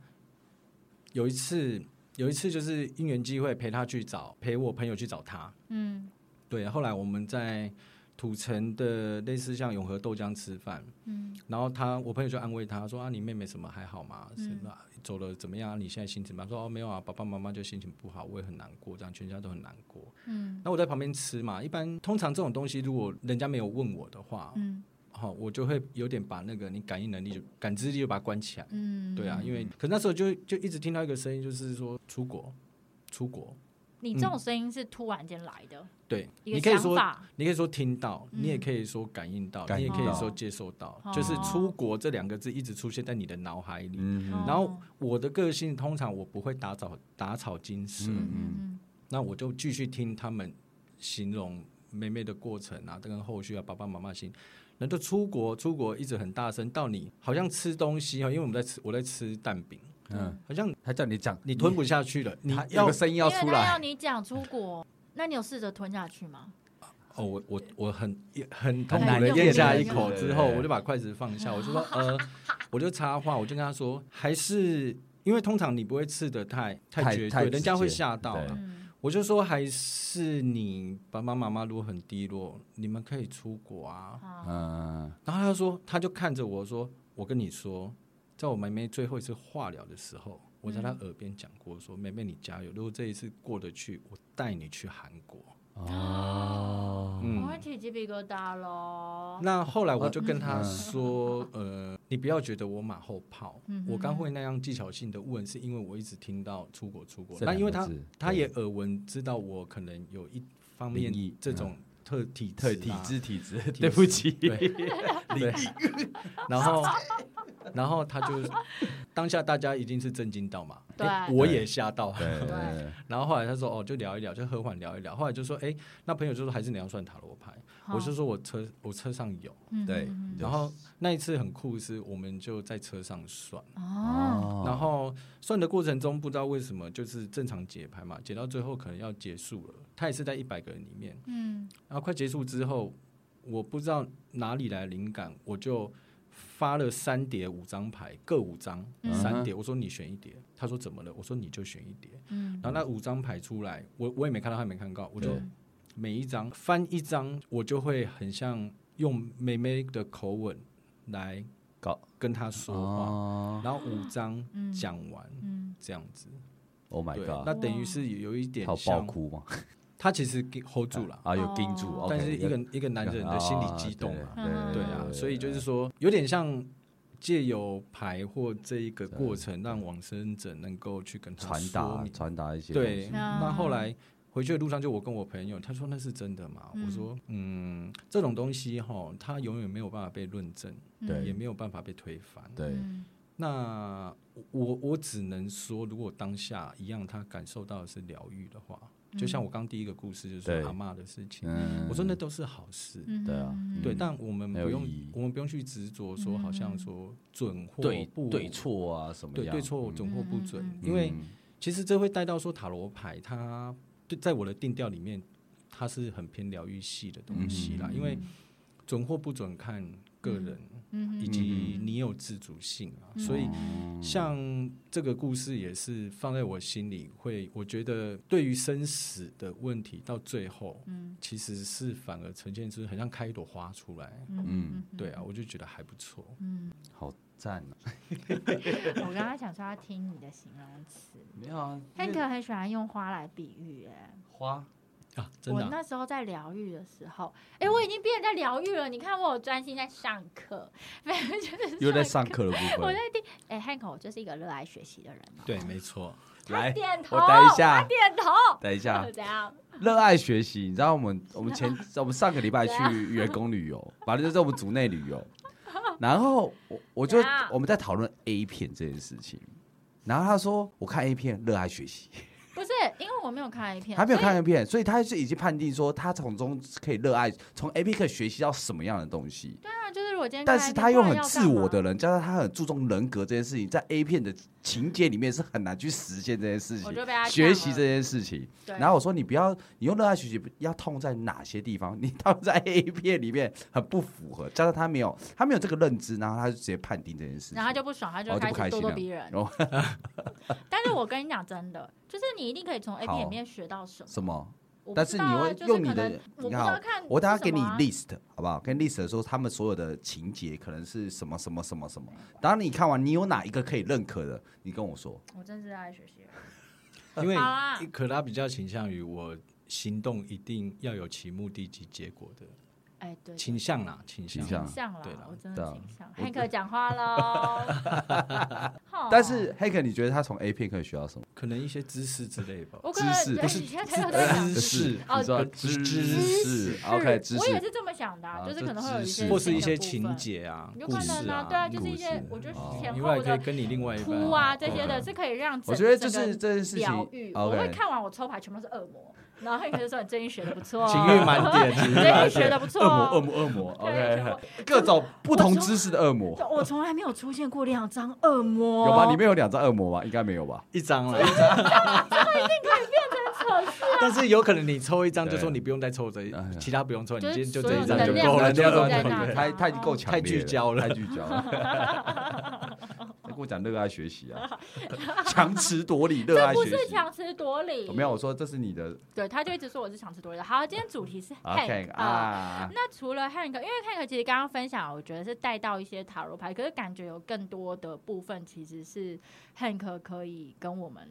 [SPEAKER 1] 有一次有一次就是因缘机会陪他去找陪我朋友去找他，
[SPEAKER 2] 嗯
[SPEAKER 1] 对，后来我们在土城的类似像永和豆浆吃饭，
[SPEAKER 2] 嗯
[SPEAKER 1] 然后他我朋友就安慰他说啊，你妹妹什么还好吗？
[SPEAKER 2] 嗯
[SPEAKER 1] 是吧？走了怎么样？你现在心情吧？说哦没有啊，爸爸妈妈就心情不好，我也很难过，这样全家都很难过。
[SPEAKER 2] 嗯
[SPEAKER 1] 那我在旁边吃嘛，一般通常这种东西，如果人家没有问我的话，
[SPEAKER 2] 嗯
[SPEAKER 1] 好、我就会有点把那个你感应能力就感知力就把它关起来。
[SPEAKER 2] 嗯，
[SPEAKER 1] 对啊，因为可那时候就就一直听到一个声音，就是说出国，出国。
[SPEAKER 2] 你这种声音是突然间来的，
[SPEAKER 1] 对，
[SPEAKER 2] 一个
[SPEAKER 1] 嗯你可以
[SPEAKER 2] 想
[SPEAKER 1] 说
[SPEAKER 2] 法。
[SPEAKER 1] 你可以说听到，
[SPEAKER 2] 嗯
[SPEAKER 1] 你也可以说感应到，
[SPEAKER 3] 感
[SPEAKER 1] 你
[SPEAKER 3] 应
[SPEAKER 1] 也
[SPEAKER 2] 到
[SPEAKER 1] 可以说接受到，
[SPEAKER 2] 哦
[SPEAKER 1] 就是出国这两个字一直出现在你的脑海里。
[SPEAKER 2] 哦
[SPEAKER 3] 嗯
[SPEAKER 1] 然后我的个性通常我不会打草打草惊蛇，
[SPEAKER 3] 嗯
[SPEAKER 2] 嗯
[SPEAKER 1] 那我就继续听他们形容妹妹的过程啊，跟后续啊，爸爸妈妈心。那就出国，出国一直很大声，到你好像吃东西哦，因为我们在吃，我在吃蛋饼，
[SPEAKER 3] 嗯，
[SPEAKER 1] 好像
[SPEAKER 3] 他叫你讲，
[SPEAKER 1] 你吞不下去了，你
[SPEAKER 3] 他有
[SPEAKER 1] 要
[SPEAKER 3] 个声音
[SPEAKER 2] 因
[SPEAKER 3] 要
[SPEAKER 2] 为
[SPEAKER 3] 出
[SPEAKER 2] 他要
[SPEAKER 3] 来，
[SPEAKER 2] 你讲出国，那你有试着吞下去吗？
[SPEAKER 1] 哦，我我我很也很痛苦
[SPEAKER 2] 很难
[SPEAKER 1] 的
[SPEAKER 2] 用
[SPEAKER 1] 咽
[SPEAKER 2] 力
[SPEAKER 1] 下
[SPEAKER 2] 的
[SPEAKER 1] 一
[SPEAKER 2] 那
[SPEAKER 1] 口
[SPEAKER 3] 种
[SPEAKER 1] 之
[SPEAKER 3] 对
[SPEAKER 1] 后，
[SPEAKER 3] 对对
[SPEAKER 1] 我就把筷子放下，我就说呃，我就插话，我就跟他说，还是因为通常你不会吃的太
[SPEAKER 3] 太
[SPEAKER 1] 太绝
[SPEAKER 3] 太
[SPEAKER 1] 对，人家会
[SPEAKER 3] 直接
[SPEAKER 1] 吓到啊
[SPEAKER 3] 对
[SPEAKER 1] 了。
[SPEAKER 2] 嗯
[SPEAKER 1] 我就说还是你爸爸妈妈如果很低落，你们可以出国啊。
[SPEAKER 2] 啊，
[SPEAKER 3] 嗯，
[SPEAKER 1] 然后他就说，他就看着我说，我跟你说，在我妹妹最后一次化疗的时候，我在她耳边讲过说，妹妹你加油，如果这一次过得去，我带你去韩国。
[SPEAKER 3] 哦，
[SPEAKER 2] 我
[SPEAKER 1] 嗯
[SPEAKER 2] 会，起鸡皮疙瘩喽。
[SPEAKER 1] 那后来我就跟他说，呃，你不要觉得我马后炮
[SPEAKER 2] 嗯，哼
[SPEAKER 1] 我刚会那样技巧性的问，是因为我一直听到出国出国，
[SPEAKER 3] 这
[SPEAKER 1] 那因为
[SPEAKER 3] 两
[SPEAKER 1] 他
[SPEAKER 3] 个字
[SPEAKER 1] 他
[SPEAKER 3] 对
[SPEAKER 1] 也耳闻知道我可能有一方面
[SPEAKER 3] 灵异
[SPEAKER 1] 这种嗯特体质
[SPEAKER 3] 特
[SPEAKER 1] 啊
[SPEAKER 3] 体质体质，
[SPEAKER 1] 质
[SPEAKER 3] 对不 起，
[SPEAKER 1] 对对， 然后然后他就当下大家一定是震惊到嘛，
[SPEAKER 2] 对
[SPEAKER 1] 嗯诶我也吓到。
[SPEAKER 3] 对
[SPEAKER 2] 对
[SPEAKER 1] 然后后来他说哦，就聊一聊，就和缓聊一聊。后来就说哎，那朋友就说还是你要算塔罗牌，
[SPEAKER 2] 好
[SPEAKER 1] 我就说我车我车上有。
[SPEAKER 2] 嗯
[SPEAKER 3] 对
[SPEAKER 2] 嗯嗯
[SPEAKER 1] 然后那一次很酷是，我们就在车上算，
[SPEAKER 2] 嗯哦，
[SPEAKER 1] 然后算的过程中不知道为什么就是正常解牌嘛，解到最后可能要结束了，他也是在一百个人里面。
[SPEAKER 2] 嗯
[SPEAKER 1] 然后快结束之后，我不知道哪里来的灵感，我就发了三叠五张牌，各五张，
[SPEAKER 2] 嗯
[SPEAKER 1] 三叠。我说你选一叠，他说怎么了？我说你就选一叠。
[SPEAKER 2] 嗯
[SPEAKER 1] 然后那五张牌出来，我我也没看到，他也没看到，我就
[SPEAKER 3] 对
[SPEAKER 1] 每一张翻一张，我就会很像用妹妹的口吻来
[SPEAKER 3] 搞
[SPEAKER 1] 跟他说话，
[SPEAKER 3] 哦
[SPEAKER 1] 然后五章
[SPEAKER 2] 嗯
[SPEAKER 1] 讲完
[SPEAKER 2] 嗯，
[SPEAKER 1] 这样子。
[SPEAKER 3] ，Oh my
[SPEAKER 1] 对，
[SPEAKER 3] god，
[SPEAKER 1] 那等于是有一点
[SPEAKER 3] 他有爆
[SPEAKER 1] 像
[SPEAKER 3] 哭吗？
[SPEAKER 1] 他其实给 hold 住了，
[SPEAKER 3] 啊，有盯住
[SPEAKER 2] 哦，
[SPEAKER 1] 但
[SPEAKER 3] OK，
[SPEAKER 1] 是一个一个男人的心理激动
[SPEAKER 3] 啊
[SPEAKER 1] 嘛，
[SPEAKER 2] 对嗯
[SPEAKER 1] 对啊，所以就是说有点像。借由牌或这一个过程，让往生者能够去跟他
[SPEAKER 3] 传
[SPEAKER 1] 说
[SPEAKER 3] 达
[SPEAKER 1] 明
[SPEAKER 3] 传达一些东
[SPEAKER 1] 对，
[SPEAKER 3] 西
[SPEAKER 2] 那
[SPEAKER 1] 那后来回去的路上，就我跟我朋友，他说那是真的吗？
[SPEAKER 2] 嗯
[SPEAKER 1] 我说，嗯，这种东西哈，它永远没有办法被论证，
[SPEAKER 3] 对
[SPEAKER 1] 也没有办法被推翻。
[SPEAKER 3] 对
[SPEAKER 2] 嗯
[SPEAKER 1] 那我我只能说，如果当下一样，他感受到的是疗愈的话，就
[SPEAKER 2] 嗯
[SPEAKER 1] 像我刚第一个故事，就是
[SPEAKER 3] 对
[SPEAKER 1] 说阿嬷的事情，
[SPEAKER 3] 嗯
[SPEAKER 1] 我说那都是好事。
[SPEAKER 2] 嗯
[SPEAKER 3] 对啊
[SPEAKER 2] 嗯
[SPEAKER 1] 对，
[SPEAKER 3] 嗯
[SPEAKER 1] 但我们
[SPEAKER 3] 很
[SPEAKER 1] 不
[SPEAKER 3] 有
[SPEAKER 1] 用
[SPEAKER 3] 意义，
[SPEAKER 1] 我们不用去执着说，好像说准或
[SPEAKER 3] 对
[SPEAKER 1] 不
[SPEAKER 3] 对错啊什么
[SPEAKER 1] 对
[SPEAKER 3] 样
[SPEAKER 1] 对错
[SPEAKER 3] 嗯
[SPEAKER 1] 准或不准
[SPEAKER 2] 嗯，
[SPEAKER 1] 因为
[SPEAKER 3] 嗯
[SPEAKER 1] 其实这会带到说塔罗牌，它对在我的定调里面，它是很偏疗愈系的东西啦，
[SPEAKER 2] 嗯
[SPEAKER 1] 因为准或不准看个人，
[SPEAKER 2] 嗯
[SPEAKER 1] 以及你有自主性啊，所以。
[SPEAKER 3] 嗯
[SPEAKER 1] 像这个故事也是放在我心里会，我觉得对于生死的问题，到最后，
[SPEAKER 2] 嗯
[SPEAKER 1] 其实是反而呈现出很像开一朵花出来。
[SPEAKER 3] 嗯，
[SPEAKER 1] 对啊，我就觉得还不错。
[SPEAKER 2] 嗯，
[SPEAKER 3] 好赞啊！
[SPEAKER 2] 我刚刚想说要听你的形容词，
[SPEAKER 3] 没有啊，
[SPEAKER 2] 汉克很喜欢用花来比喻、哎。
[SPEAKER 3] 花
[SPEAKER 1] 啊，真
[SPEAKER 2] 我
[SPEAKER 1] 的啊、
[SPEAKER 2] 那时候在疗愈的时候，哎、我已经变得在疗愈了。你看，我有专心在上课， 没有就是
[SPEAKER 3] 又在上课的部
[SPEAKER 2] 我
[SPEAKER 3] 分
[SPEAKER 2] 在，听。哎、汉克，我就是一个热爱学习的人、哦。
[SPEAKER 1] 对，没错。
[SPEAKER 2] 他
[SPEAKER 3] 来，
[SPEAKER 2] 点头，
[SPEAKER 3] 我等一下
[SPEAKER 2] 他点头，
[SPEAKER 3] 等一 下，
[SPEAKER 2] 怎样？
[SPEAKER 3] 热爱学习，你知道我们我们 前我们上个礼拜
[SPEAKER 2] 啊
[SPEAKER 3] 去员工旅游，反正就是我们组内旅游，然后我我就
[SPEAKER 2] 怎样
[SPEAKER 3] 我们在讨论 A 片这件事情，然后他说我看 A 片热爱学习，
[SPEAKER 2] 不是，因为我没有看 A 片，
[SPEAKER 3] 他没有看
[SPEAKER 2] 所
[SPEAKER 3] A 片，所以他是已经判定说他从中可以热爱，从 A 片可以学习到什么样的东西
[SPEAKER 2] 以。。当然啊就是我今天
[SPEAKER 3] 但
[SPEAKER 2] 看 A
[SPEAKER 3] 是
[SPEAKER 2] 片，
[SPEAKER 3] 他又
[SPEAKER 2] 不然
[SPEAKER 3] 很
[SPEAKER 2] 要
[SPEAKER 3] 自我的
[SPEAKER 2] 干
[SPEAKER 3] 人，加上他很注重人格这件事情，在 A 片的情节里面是很难去实现这件事
[SPEAKER 2] 嘛，我
[SPEAKER 3] 情，
[SPEAKER 2] 就被他
[SPEAKER 3] 学习这
[SPEAKER 2] 这，
[SPEAKER 3] 件事情。
[SPEAKER 2] 对
[SPEAKER 3] 然后我说你不要，你用热爱学习要痛在哪些地方？你痛在 A 片里面很不符合，加上他没有他没有这个认知，然后他就直接判定这件事情。
[SPEAKER 2] 然后他就不爽，他
[SPEAKER 3] 哦
[SPEAKER 2] 就
[SPEAKER 3] 就
[SPEAKER 2] 开
[SPEAKER 3] 不开
[SPEAKER 2] 始
[SPEAKER 3] 心
[SPEAKER 2] 咄咄
[SPEAKER 3] 了哦
[SPEAKER 2] 逼人。
[SPEAKER 3] 然后
[SPEAKER 2] 但是我跟你讲，真的，就是你一定可以从 A 片里
[SPEAKER 3] 好
[SPEAKER 2] 面学到什么。
[SPEAKER 3] 什么？
[SPEAKER 2] 我不
[SPEAKER 3] 但
[SPEAKER 2] 知
[SPEAKER 3] 是
[SPEAKER 2] 道
[SPEAKER 3] 你
[SPEAKER 2] 啊
[SPEAKER 3] 会
[SPEAKER 2] 就是
[SPEAKER 3] 用你
[SPEAKER 2] 可
[SPEAKER 3] 的
[SPEAKER 2] 能我
[SPEAKER 3] 你
[SPEAKER 2] 不知
[SPEAKER 3] 看好
[SPEAKER 2] 道看是什么啊，
[SPEAKER 3] 我等下给你 list 好不好？跟 list 的时候，他们所有的情节可能是什么什么什么什么。当你看完，你有哪一个可以认可的，你跟我说。
[SPEAKER 2] 我真是爱学习。
[SPEAKER 1] 因为
[SPEAKER 2] 好啦
[SPEAKER 1] 可拉比较倾向于我行动一定要有其目的及结果的
[SPEAKER 2] 哎，对，
[SPEAKER 1] 倾向啦，倾
[SPEAKER 3] 倾
[SPEAKER 1] 向。
[SPEAKER 3] 向
[SPEAKER 2] 倾向
[SPEAKER 1] 对
[SPEAKER 2] 啦
[SPEAKER 1] 啦，
[SPEAKER 2] 我真
[SPEAKER 3] 对
[SPEAKER 2] 的
[SPEAKER 3] 啊
[SPEAKER 2] 倾向。
[SPEAKER 3] 我
[SPEAKER 2] 汉克讲话 喽。好啊
[SPEAKER 3] 但是黑 a 你觉得他从 A 片可以学到什么？
[SPEAKER 1] 可能一些知识之类吧。
[SPEAKER 2] 我可能
[SPEAKER 3] 知识
[SPEAKER 2] 对
[SPEAKER 3] 不
[SPEAKER 1] 是
[SPEAKER 2] 你现在又在讲
[SPEAKER 1] 知识
[SPEAKER 2] 哦
[SPEAKER 3] 你知道
[SPEAKER 1] 知
[SPEAKER 3] 知
[SPEAKER 1] 识
[SPEAKER 3] 识，OK，知
[SPEAKER 2] 我也
[SPEAKER 3] 识。
[SPEAKER 2] 是这么想的啊，
[SPEAKER 3] 啊
[SPEAKER 2] 就是
[SPEAKER 3] 这
[SPEAKER 2] 可能会有一
[SPEAKER 3] 知
[SPEAKER 2] 些
[SPEAKER 3] 识
[SPEAKER 1] 或是一
[SPEAKER 2] 新的
[SPEAKER 1] 些
[SPEAKER 2] 部
[SPEAKER 1] 情
[SPEAKER 2] 分，
[SPEAKER 1] 节啊、
[SPEAKER 2] 有
[SPEAKER 1] 故
[SPEAKER 2] 可
[SPEAKER 1] 事
[SPEAKER 2] 能对啊，
[SPEAKER 1] 啊，
[SPEAKER 2] 就是一些
[SPEAKER 3] 故事
[SPEAKER 2] 我觉得
[SPEAKER 3] 哦
[SPEAKER 2] 前
[SPEAKER 1] 另外
[SPEAKER 2] 后
[SPEAKER 1] 可以
[SPEAKER 2] 的
[SPEAKER 1] 跟你另外一半
[SPEAKER 2] 哭啊这
[SPEAKER 3] 对
[SPEAKER 2] 些
[SPEAKER 3] 啊
[SPEAKER 2] 的是可以让整
[SPEAKER 3] 我觉得就
[SPEAKER 2] 整个
[SPEAKER 3] 是这件事
[SPEAKER 2] 疗
[SPEAKER 3] 情
[SPEAKER 2] 愈。我会
[SPEAKER 3] ，OK，
[SPEAKER 2] 看完我抽牌全部都是恶魔，然后汉克就说你最近学的不错哦，
[SPEAKER 1] 情欲满点，啊情
[SPEAKER 2] 你
[SPEAKER 1] 欲
[SPEAKER 2] 最
[SPEAKER 1] 满点。
[SPEAKER 2] 近学的不错
[SPEAKER 3] 恶魔，恶
[SPEAKER 2] 哦。
[SPEAKER 3] 魔，恶魔
[SPEAKER 2] 对
[SPEAKER 3] ，OK，各种不同知识的恶魔。
[SPEAKER 2] 我从来没有出现过两张恶魔，
[SPEAKER 3] 有吗？里面有两张恶魔吗？应该没有吧？
[SPEAKER 1] 一张了，一张，
[SPEAKER 2] 啊
[SPEAKER 1] 但是有可能你抽一张就说你不用再抽这一
[SPEAKER 3] 哎呀，
[SPEAKER 1] 其他不用抽，你
[SPEAKER 2] 就是
[SPEAKER 1] 今天就
[SPEAKER 2] 所
[SPEAKER 1] 这
[SPEAKER 2] 有
[SPEAKER 1] 一张
[SPEAKER 2] 的
[SPEAKER 1] 就
[SPEAKER 2] 能
[SPEAKER 1] 够
[SPEAKER 2] 量
[SPEAKER 1] 了，
[SPEAKER 2] 都
[SPEAKER 1] 这样
[SPEAKER 2] 在
[SPEAKER 1] 就
[SPEAKER 2] 那
[SPEAKER 1] 够
[SPEAKER 2] 里
[SPEAKER 1] 了。
[SPEAKER 3] 他他已经够强烈了，
[SPEAKER 1] 太聚焦了
[SPEAKER 3] 太聚焦了。他跟我讲热爱学习啊，强词夺理，热爱
[SPEAKER 2] 这不
[SPEAKER 3] 学习
[SPEAKER 2] 是。强词夺理，
[SPEAKER 3] 没有，我说这是你的
[SPEAKER 2] 对，他就一直说我是强词夺理的。好，今天主题是
[SPEAKER 3] OK
[SPEAKER 2] Hank 啊。
[SPEAKER 3] 啊，
[SPEAKER 2] 那除了 Hank，因为 Hank 其实刚刚分享，我觉得是带到一些塔罗牌，可是感觉有更多的部分其实是 Hank 可以跟我们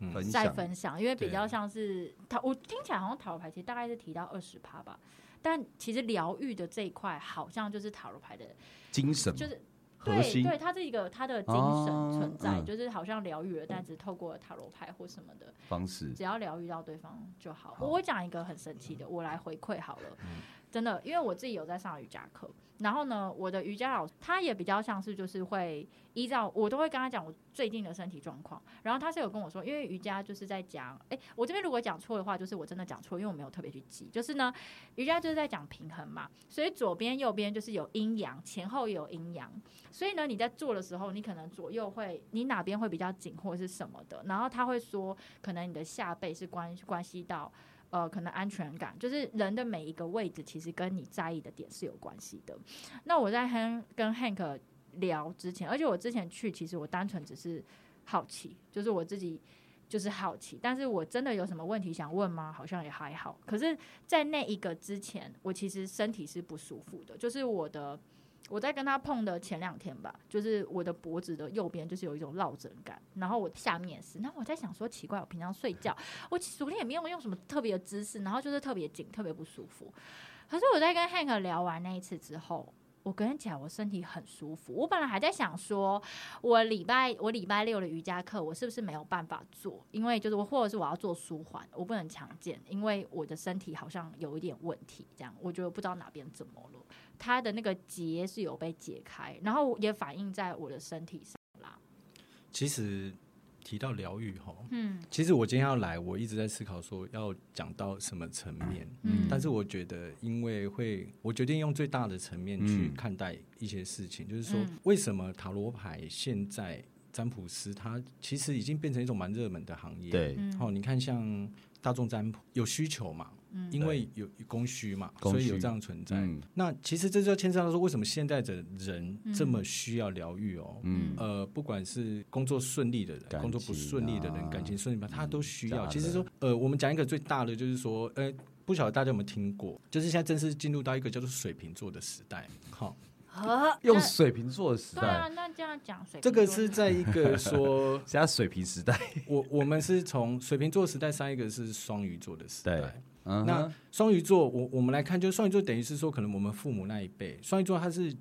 [SPEAKER 1] 嗯
[SPEAKER 2] 再分享，因为比
[SPEAKER 1] 对
[SPEAKER 2] 较像是塔，我听起来好像塔罗牌其实大概是提到二十趴吧，但其实疗愈的这一块好像就是塔罗牌的，
[SPEAKER 3] 精神
[SPEAKER 2] 就是
[SPEAKER 3] 核
[SPEAKER 2] 对
[SPEAKER 3] 心
[SPEAKER 2] 对，它是一个它的精
[SPEAKER 3] 哦
[SPEAKER 2] 神存在，
[SPEAKER 3] 嗯
[SPEAKER 2] 就是好像疗愈了，但只透过塔罗牌或什么的。
[SPEAKER 3] 方式，
[SPEAKER 2] 只要疗愈到对方就好。
[SPEAKER 3] 好
[SPEAKER 2] 我讲一个很神奇的，我来回馈好了。 真的，因为我自己有在上瑜伽课，然后呢，我的瑜伽老师他也比较像是就是会依照我都会跟他讲我最近的身体状况，然后他是有跟我说，因为瑜伽就是在讲，诶，我这边如果讲错的话，就是我真的讲错，因为我没有特别去记，就是呢，瑜伽就是在讲平衡嘛，所以左边右边就是有阴阳，前后也有阴阳，所以呢，你在做的时候，你可能左右会，你哪边会比较紧或者是什么的，然后他会说，可能你的下背是关关系到呃，可能安全感，就是人的每一个位置其实跟你在意的点是有关系的。那我在跟跟 Hank 聊之前，而且我之前去，其实我单纯只是好奇，就是我自己。就是好奇，但是我真的有什么问题想问吗？好像也还好。可是，在那一个之前，我其实身体是不舒服的，就是我的我在跟他碰的前两天吧，就是我的脖子的右边就是有一种落枕感，然后我下面也是。然后我在想说，奇怪，我平常睡觉，我其实昨天也没有用什么特别的姿势，然后就是特别紧，特别不舒服。可是我在跟 Hank 聊完那一次之后，我跟你讲，我身体很舒服。我本来还在想说，我礼拜我礼拜六的瑜伽课，我是不是没有办法做？因为就是我或者是我要做舒缓，我不能强健，因为我的身体好像有一点问题，这样我觉得不知道哪边怎么了。它的那个结是有被解开，然后也反映在我的身体上啦。
[SPEAKER 1] 其实提到疗愈吼，
[SPEAKER 2] 嗯
[SPEAKER 1] 其实我今天要来，我一直在思考说要讲到什么层面。
[SPEAKER 2] 嗯
[SPEAKER 1] 但是我觉得，因为会，我决定用最大的层面去
[SPEAKER 3] 嗯
[SPEAKER 1] 看待一些事情，就是说
[SPEAKER 2] 嗯，
[SPEAKER 1] 为什么塔罗牌现在占卜师他其实已经变成一种蛮热门的行业。，
[SPEAKER 3] 对，
[SPEAKER 2] 嗯
[SPEAKER 1] 哦，你看像大众占卜有需求嘛，
[SPEAKER 2] 嗯
[SPEAKER 1] 因为有有供需嘛，
[SPEAKER 3] 供
[SPEAKER 1] 所以
[SPEAKER 3] 需
[SPEAKER 1] 有这样存在。
[SPEAKER 3] 嗯
[SPEAKER 1] 那其实这就牵涉到说，为什么现在的人
[SPEAKER 2] 嗯
[SPEAKER 1] 这么需要疗愈哦？
[SPEAKER 3] 嗯
[SPEAKER 1] 呃，不管是工作顺利的人，
[SPEAKER 3] 感
[SPEAKER 1] 工作不顺利的
[SPEAKER 3] 情
[SPEAKER 1] 人，
[SPEAKER 3] 啊
[SPEAKER 1] 感情顺利吧，他都需要。
[SPEAKER 3] 家
[SPEAKER 1] 其实
[SPEAKER 3] 人
[SPEAKER 1] 说，呃，我们讲一个最大的，就是说，呃，不晓得大家有没有听过，就是现在正式进入到一个叫做水瓶座的时代。好，
[SPEAKER 2] 和
[SPEAKER 3] 用水瓶座的时
[SPEAKER 2] 对啊，
[SPEAKER 3] 代，
[SPEAKER 2] 那这样讲水瓶座，
[SPEAKER 1] 这个是在一个说，
[SPEAKER 3] 现在水瓶时代，
[SPEAKER 1] 我我们是从水瓶座时代，上一个是双鱼座的时
[SPEAKER 3] 对
[SPEAKER 1] 代。
[SPEAKER 3] 嗯
[SPEAKER 1] 那
[SPEAKER 3] 哼
[SPEAKER 1] 双鱼座，我我们来看，就是双鱼座等于是说，可能我们父母那一辈，双鱼座它是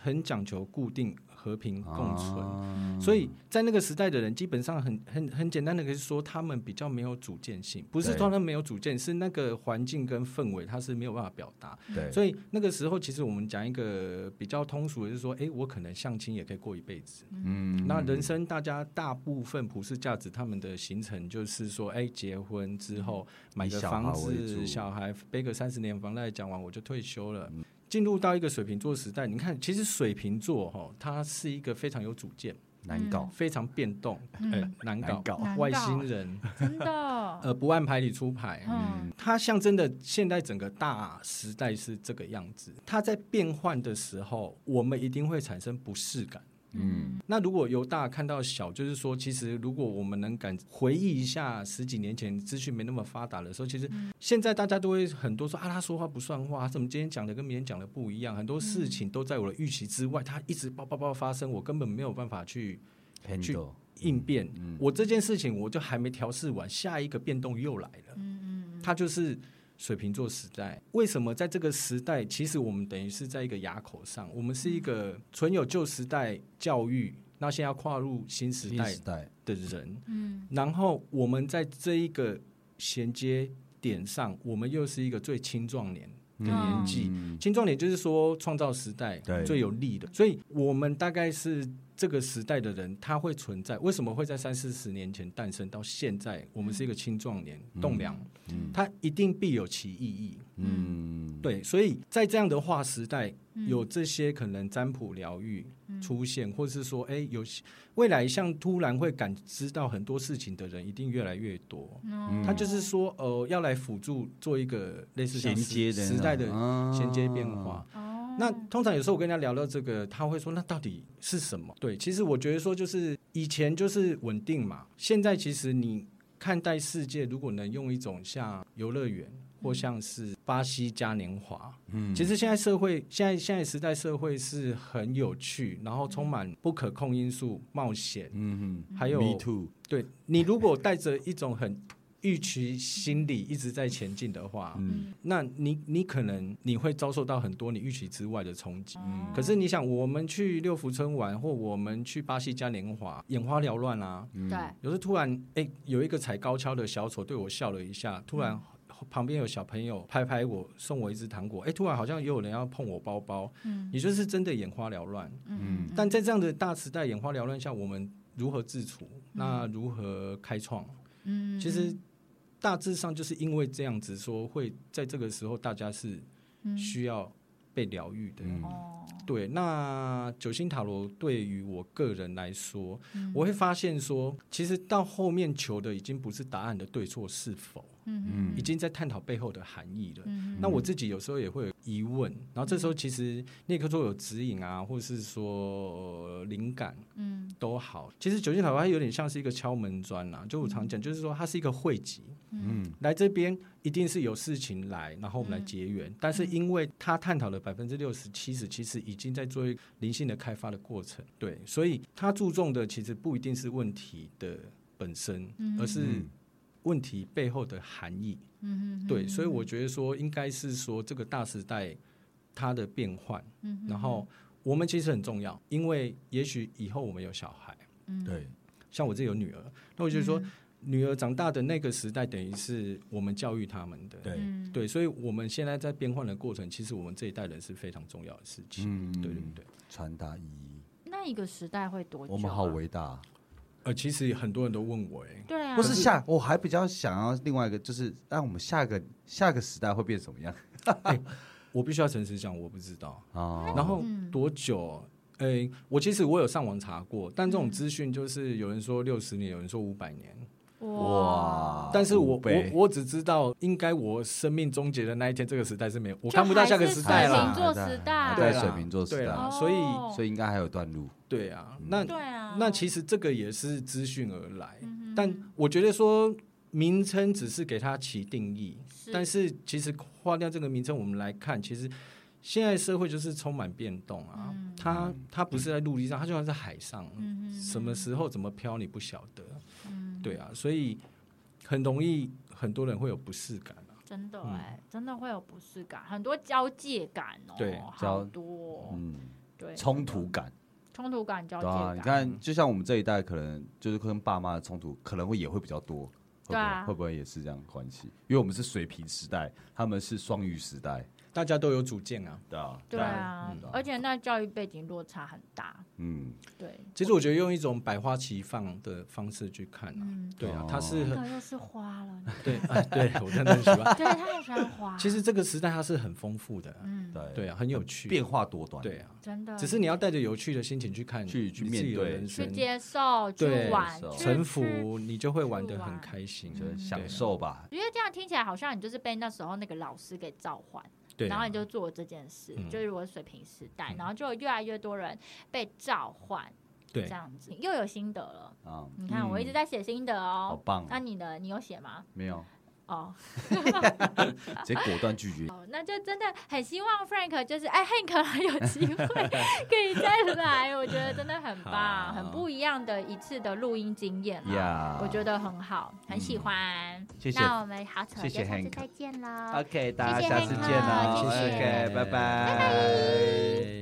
[SPEAKER 1] 很讲求固定、和平共存，
[SPEAKER 3] 啊
[SPEAKER 1] 所以在那个时代的人，基本上很很很简单的可以说，他们比较没有主见性，不是
[SPEAKER 3] 对
[SPEAKER 1] 说他们没有主见，是那个环境跟氛围，他是没有办法表达。
[SPEAKER 3] 对，
[SPEAKER 1] 所以那个时候，其实我们讲一个比较通俗的，就是说，诶，我可能相亲也可以过一辈子。
[SPEAKER 3] 嗯
[SPEAKER 1] 那人生大家大部分普世价值，他们的形成就是说，哎，结婚之后买
[SPEAKER 3] 嗯以
[SPEAKER 1] 个
[SPEAKER 3] 小孩
[SPEAKER 1] 房
[SPEAKER 3] 为主嗯
[SPEAKER 1] 子，小孩背个三十年房贷，讲完我就退休了。进入到一个水瓶座时代，你看，其实水瓶座哈、哦，它是一个非常有主见、
[SPEAKER 3] 难搞，
[SPEAKER 1] 非常变动、
[SPEAKER 2] 嗯
[SPEAKER 1] 呃难
[SPEAKER 3] 难
[SPEAKER 1] 搞、
[SPEAKER 3] 搞，
[SPEAKER 2] 难
[SPEAKER 1] 外
[SPEAKER 2] 搞
[SPEAKER 1] 星人，
[SPEAKER 2] 真的，
[SPEAKER 1] 呃，不按牌理出牌。
[SPEAKER 2] 嗯
[SPEAKER 1] 它象征的现代整个大时代是这个样子，它在变换的时候，我们一定会产生不适感。
[SPEAKER 2] 嗯
[SPEAKER 1] 那如果由大看到小，就是说，其实如果我们能敢回忆一下十几年前资讯没那么发达的时候，其实嗯现在大家都会很多说啊，他说话不算话，怎么今天讲的跟明天讲的不一样？很多事情都在我的预期之外，它一直爆爆爆发生，我根本没有办法去去
[SPEAKER 3] handle
[SPEAKER 1] 应变。我这件事情我就还没调试完，下一个变动又来了。
[SPEAKER 2] 嗯嗯
[SPEAKER 1] 它就是水瓶座时代。为什么在这个时代，其实我们等于是在一个垭口上，我们是一
[SPEAKER 2] 嗯
[SPEAKER 1] 个存有旧时代教育，那现在要跨入新时
[SPEAKER 3] 新
[SPEAKER 1] 代
[SPEAKER 3] 时代，
[SPEAKER 1] 的人，
[SPEAKER 2] 嗯
[SPEAKER 1] 然后我们在这一个衔接点上，我们又是一个最青壮年。的年纪，青壮年就是说创造时代
[SPEAKER 3] 对
[SPEAKER 1] 最有力的，所以我们大概是这个时代的人，他会存在。为什么会在三四十年前诞生到现在？我们是一个青壮年，栋梁，
[SPEAKER 2] 嗯
[SPEAKER 1] 它一定必有其意义。
[SPEAKER 3] 嗯，
[SPEAKER 1] 对，所以在这样的划时代，
[SPEAKER 2] 嗯
[SPEAKER 1] 有这些可能占卜疗愈出现，或是说，哎，有些未来像突然会感知到很多事情的人，一定越来越多。
[SPEAKER 2] 嗯
[SPEAKER 1] 他就是说，呃，要来辅助做一个类似像
[SPEAKER 3] 衔接的
[SPEAKER 1] 时时代的
[SPEAKER 3] 啊
[SPEAKER 1] 衔接变化。
[SPEAKER 2] 哦
[SPEAKER 1] 那通常有时候我跟人家聊到这个，他会说那到底是什么？对，其实我觉得说就是以前就是稳定嘛，现在其实你看待世界，如果能用一种像游乐园或像是巴西嘉年华，
[SPEAKER 3] 嗯
[SPEAKER 1] 其实现在社会现在现在时代社会是很有趣，然后充满不可控因素、冒险，
[SPEAKER 3] 嗯哼，
[SPEAKER 1] 还有
[SPEAKER 3] me too，
[SPEAKER 1] 对你如果带着一种很预期心理一直在前进的话，
[SPEAKER 3] 嗯
[SPEAKER 1] 那你你可能你会遭受到很多你预期之外的冲击。
[SPEAKER 2] 嗯
[SPEAKER 1] 可是你想，我们去六福村玩，或我们去巴西嘉年华，眼花缭乱啊。
[SPEAKER 2] 对，
[SPEAKER 1] 有时候突然，哎、有一个踩高跷的小丑对我笑了一下，突
[SPEAKER 2] 嗯
[SPEAKER 1] 然旁边有小朋友拍拍我，送我一只糖果，哎、突然好像也有人要碰我包包，
[SPEAKER 2] 嗯
[SPEAKER 1] 也就是真的眼花缭乱。
[SPEAKER 2] 嗯
[SPEAKER 1] 但在这样的大时代眼花缭乱下，我们如何自处？那如何开创？
[SPEAKER 2] 嗯
[SPEAKER 1] 其实大致上就是因为这样子说，会在这个时候大家是需要被疗愈的。
[SPEAKER 3] 嗯
[SPEAKER 2] 嗯哦
[SPEAKER 1] 对，那九星塔罗对于我个人来说，
[SPEAKER 3] 嗯
[SPEAKER 2] 嗯
[SPEAKER 1] 我会发现说，其实到后面求的已经不是答案的对错是否，
[SPEAKER 2] 嗯
[SPEAKER 3] 嗯
[SPEAKER 1] 已经在探讨背后的含义了。
[SPEAKER 2] 嗯
[SPEAKER 1] 那我自己有时候也会有疑问，然后这时
[SPEAKER 3] 嗯
[SPEAKER 1] 候其实那颗座有指引啊，或是说呃灵感
[SPEAKER 2] 嗯
[SPEAKER 1] 都好。其实九星塔罗它有点像是一个敲门砖啦、就我常讲，就是说它是一个汇集，
[SPEAKER 3] 嗯
[SPEAKER 1] 来这边一定是有事情来，然后我们来结缘。但是因为他探讨的百分之六十、七十，其实已经在做一个灵性的开发的过程。对，所以他注重的其实不一定是问题的本身，而是
[SPEAKER 3] 嗯
[SPEAKER 1] 问题背后的含义。
[SPEAKER 2] 嗯
[SPEAKER 1] 对，所以我觉得说，应该是说这个大时代它的变换，然后我们其实很重要，因为也许以后我们有小孩，
[SPEAKER 3] 对，
[SPEAKER 1] 像我自己有女儿，那我就说，
[SPEAKER 2] 嗯
[SPEAKER 1] 女儿长大的那个时代，等于是我们教育他们的，
[SPEAKER 4] 对
[SPEAKER 2] 嗯
[SPEAKER 1] 对，所以我们现在在变换的过程，其实我们这一代人是非常重要的事情，
[SPEAKER 3] 嗯，
[SPEAKER 1] 对对对。
[SPEAKER 3] 传达意义，
[SPEAKER 2] 那一个时代会多久、啊？
[SPEAKER 3] 我们好伟大。
[SPEAKER 1] 呃，其实很多人都问我、哎，
[SPEAKER 2] 对啊，
[SPEAKER 3] 不是下，我还比较想要另外一个，就是让我们下个下个时代会变什么样
[SPEAKER 1] 我必须要诚实讲，我不知道。
[SPEAKER 3] 啊？
[SPEAKER 1] 然后
[SPEAKER 2] 嗯
[SPEAKER 1] 多久？诶、我其实我有上网查过，但这
[SPEAKER 2] 嗯
[SPEAKER 1] 种资讯就是有人说六十年，有人说五百年，
[SPEAKER 3] 哇
[SPEAKER 1] 但是我
[SPEAKER 3] 啊五
[SPEAKER 1] 我
[SPEAKER 3] 倍
[SPEAKER 1] 我只知道，应该我生命终结的那一天，这个时代是没有，我
[SPEAKER 2] 就
[SPEAKER 1] 看不到下个时代
[SPEAKER 2] 还是水
[SPEAKER 1] 了
[SPEAKER 2] 瓶。座时代
[SPEAKER 1] 对
[SPEAKER 3] 在
[SPEAKER 1] 啦
[SPEAKER 3] 水瓶座时
[SPEAKER 1] 对
[SPEAKER 3] 代
[SPEAKER 1] 啦，
[SPEAKER 2] 哦
[SPEAKER 1] 所以
[SPEAKER 3] 所以应该还有段路。
[SPEAKER 1] 对啊，
[SPEAKER 3] 嗯
[SPEAKER 1] 那
[SPEAKER 2] 对啊，
[SPEAKER 1] 那其实这个也是资讯而来，
[SPEAKER 2] 嗯哼
[SPEAKER 1] 但我觉得说名称只是给它起定义，
[SPEAKER 2] 是
[SPEAKER 1] 但是其实划掉这个名称，我们来看，其实现在社会就是充满变动啊，
[SPEAKER 2] 嗯
[SPEAKER 1] 它它不是在陆地上，它就算在海上，
[SPEAKER 2] 嗯哼
[SPEAKER 1] 什么时候怎么飘你不晓得，
[SPEAKER 2] 嗯
[SPEAKER 1] 对啊，所以很容易很多人会有不适感啊。
[SPEAKER 2] 真的哎、真的会有不适感，很多交界感哦，
[SPEAKER 1] 对
[SPEAKER 2] 好多哦、
[SPEAKER 3] 嗯，
[SPEAKER 2] 对
[SPEAKER 3] 冲突感，
[SPEAKER 2] 冲突感、交
[SPEAKER 3] 对
[SPEAKER 2] 界感，
[SPEAKER 3] 啊，你
[SPEAKER 2] 嗯
[SPEAKER 3] 看，就像我们这一代，可能就是跟爸妈的冲突，可能会也会比较多，会不
[SPEAKER 2] 对啊
[SPEAKER 3] 会会不会也是这样的关系？因为我们是水平时代，他们是双鱼时代，
[SPEAKER 1] 大家都有主见啊。
[SPEAKER 3] 对啊，
[SPEAKER 2] 对啊，
[SPEAKER 1] 嗯
[SPEAKER 3] 对啊
[SPEAKER 2] 而且那教育背景落差很大，
[SPEAKER 3] 嗯，
[SPEAKER 2] 对，
[SPEAKER 1] 其实我觉得用一种百花齐放的方式去看啊，
[SPEAKER 2] 嗯，
[SPEAKER 1] 对啊
[SPEAKER 3] 哦，
[SPEAKER 1] 它是
[SPEAKER 2] 这
[SPEAKER 1] 很
[SPEAKER 2] 个又是花了，
[SPEAKER 1] 对，哎对我真的很喜欢。
[SPEAKER 2] 对他很喜欢花，
[SPEAKER 1] 其实这个时代它是很丰富的，
[SPEAKER 2] 嗯，
[SPEAKER 3] 对
[SPEAKER 1] 对啊，很有趣，
[SPEAKER 3] 变化多端，
[SPEAKER 1] 对，啊，
[SPEAKER 2] 真的，嗯
[SPEAKER 1] 只是你要带着有趣的心情去看，
[SPEAKER 3] 去去
[SPEAKER 1] 你自己
[SPEAKER 3] 面
[SPEAKER 1] 的
[SPEAKER 3] 对
[SPEAKER 1] 人
[SPEAKER 2] 去
[SPEAKER 1] 生，
[SPEAKER 2] 接受、去
[SPEAKER 1] 对
[SPEAKER 2] 玩、
[SPEAKER 3] 接受
[SPEAKER 2] 去
[SPEAKER 1] 臣
[SPEAKER 2] 去
[SPEAKER 1] 服，你就会玩得
[SPEAKER 2] 去
[SPEAKER 1] 很
[SPEAKER 2] 玩
[SPEAKER 1] 开心，啊
[SPEAKER 3] 就
[SPEAKER 2] 嗯
[SPEAKER 3] 享受吧，
[SPEAKER 2] 因为这样听起来好像你就是被那时候那个老师给召唤，
[SPEAKER 1] 对啊，
[SPEAKER 2] 然后你就做这件事，
[SPEAKER 1] 嗯
[SPEAKER 2] 就是我水平时代，
[SPEAKER 1] 嗯
[SPEAKER 2] 然后就有越来越多人被召唤，
[SPEAKER 1] 对
[SPEAKER 2] 这样子又有心得了。
[SPEAKER 3] 啊，
[SPEAKER 2] 你看，我一直在写心得
[SPEAKER 3] 好
[SPEAKER 2] 哦。
[SPEAKER 3] 棒哦，
[SPEAKER 2] 那你呢？你有写吗？
[SPEAKER 3] 没有，
[SPEAKER 2] 哦，
[SPEAKER 3] 直接果断拒绝，
[SPEAKER 2] 哦，那就真的很希望 Frank 就是哎 Hank 还有机会 可以再来，我觉得真的很棒，
[SPEAKER 3] 好
[SPEAKER 2] 很不一样的一次的录音经验啦
[SPEAKER 3] 呀，嗯
[SPEAKER 2] 我觉得很好，很喜欢。
[SPEAKER 3] 谢谢
[SPEAKER 2] 那我们好扯，
[SPEAKER 3] 谢谢
[SPEAKER 2] 就下次
[SPEAKER 3] Hank
[SPEAKER 2] 再见喽。
[SPEAKER 3] ，OK，大家
[SPEAKER 2] 谢谢
[SPEAKER 3] 下次见啦啊
[SPEAKER 2] Hank，谢谢
[SPEAKER 3] ，OK，拜拜。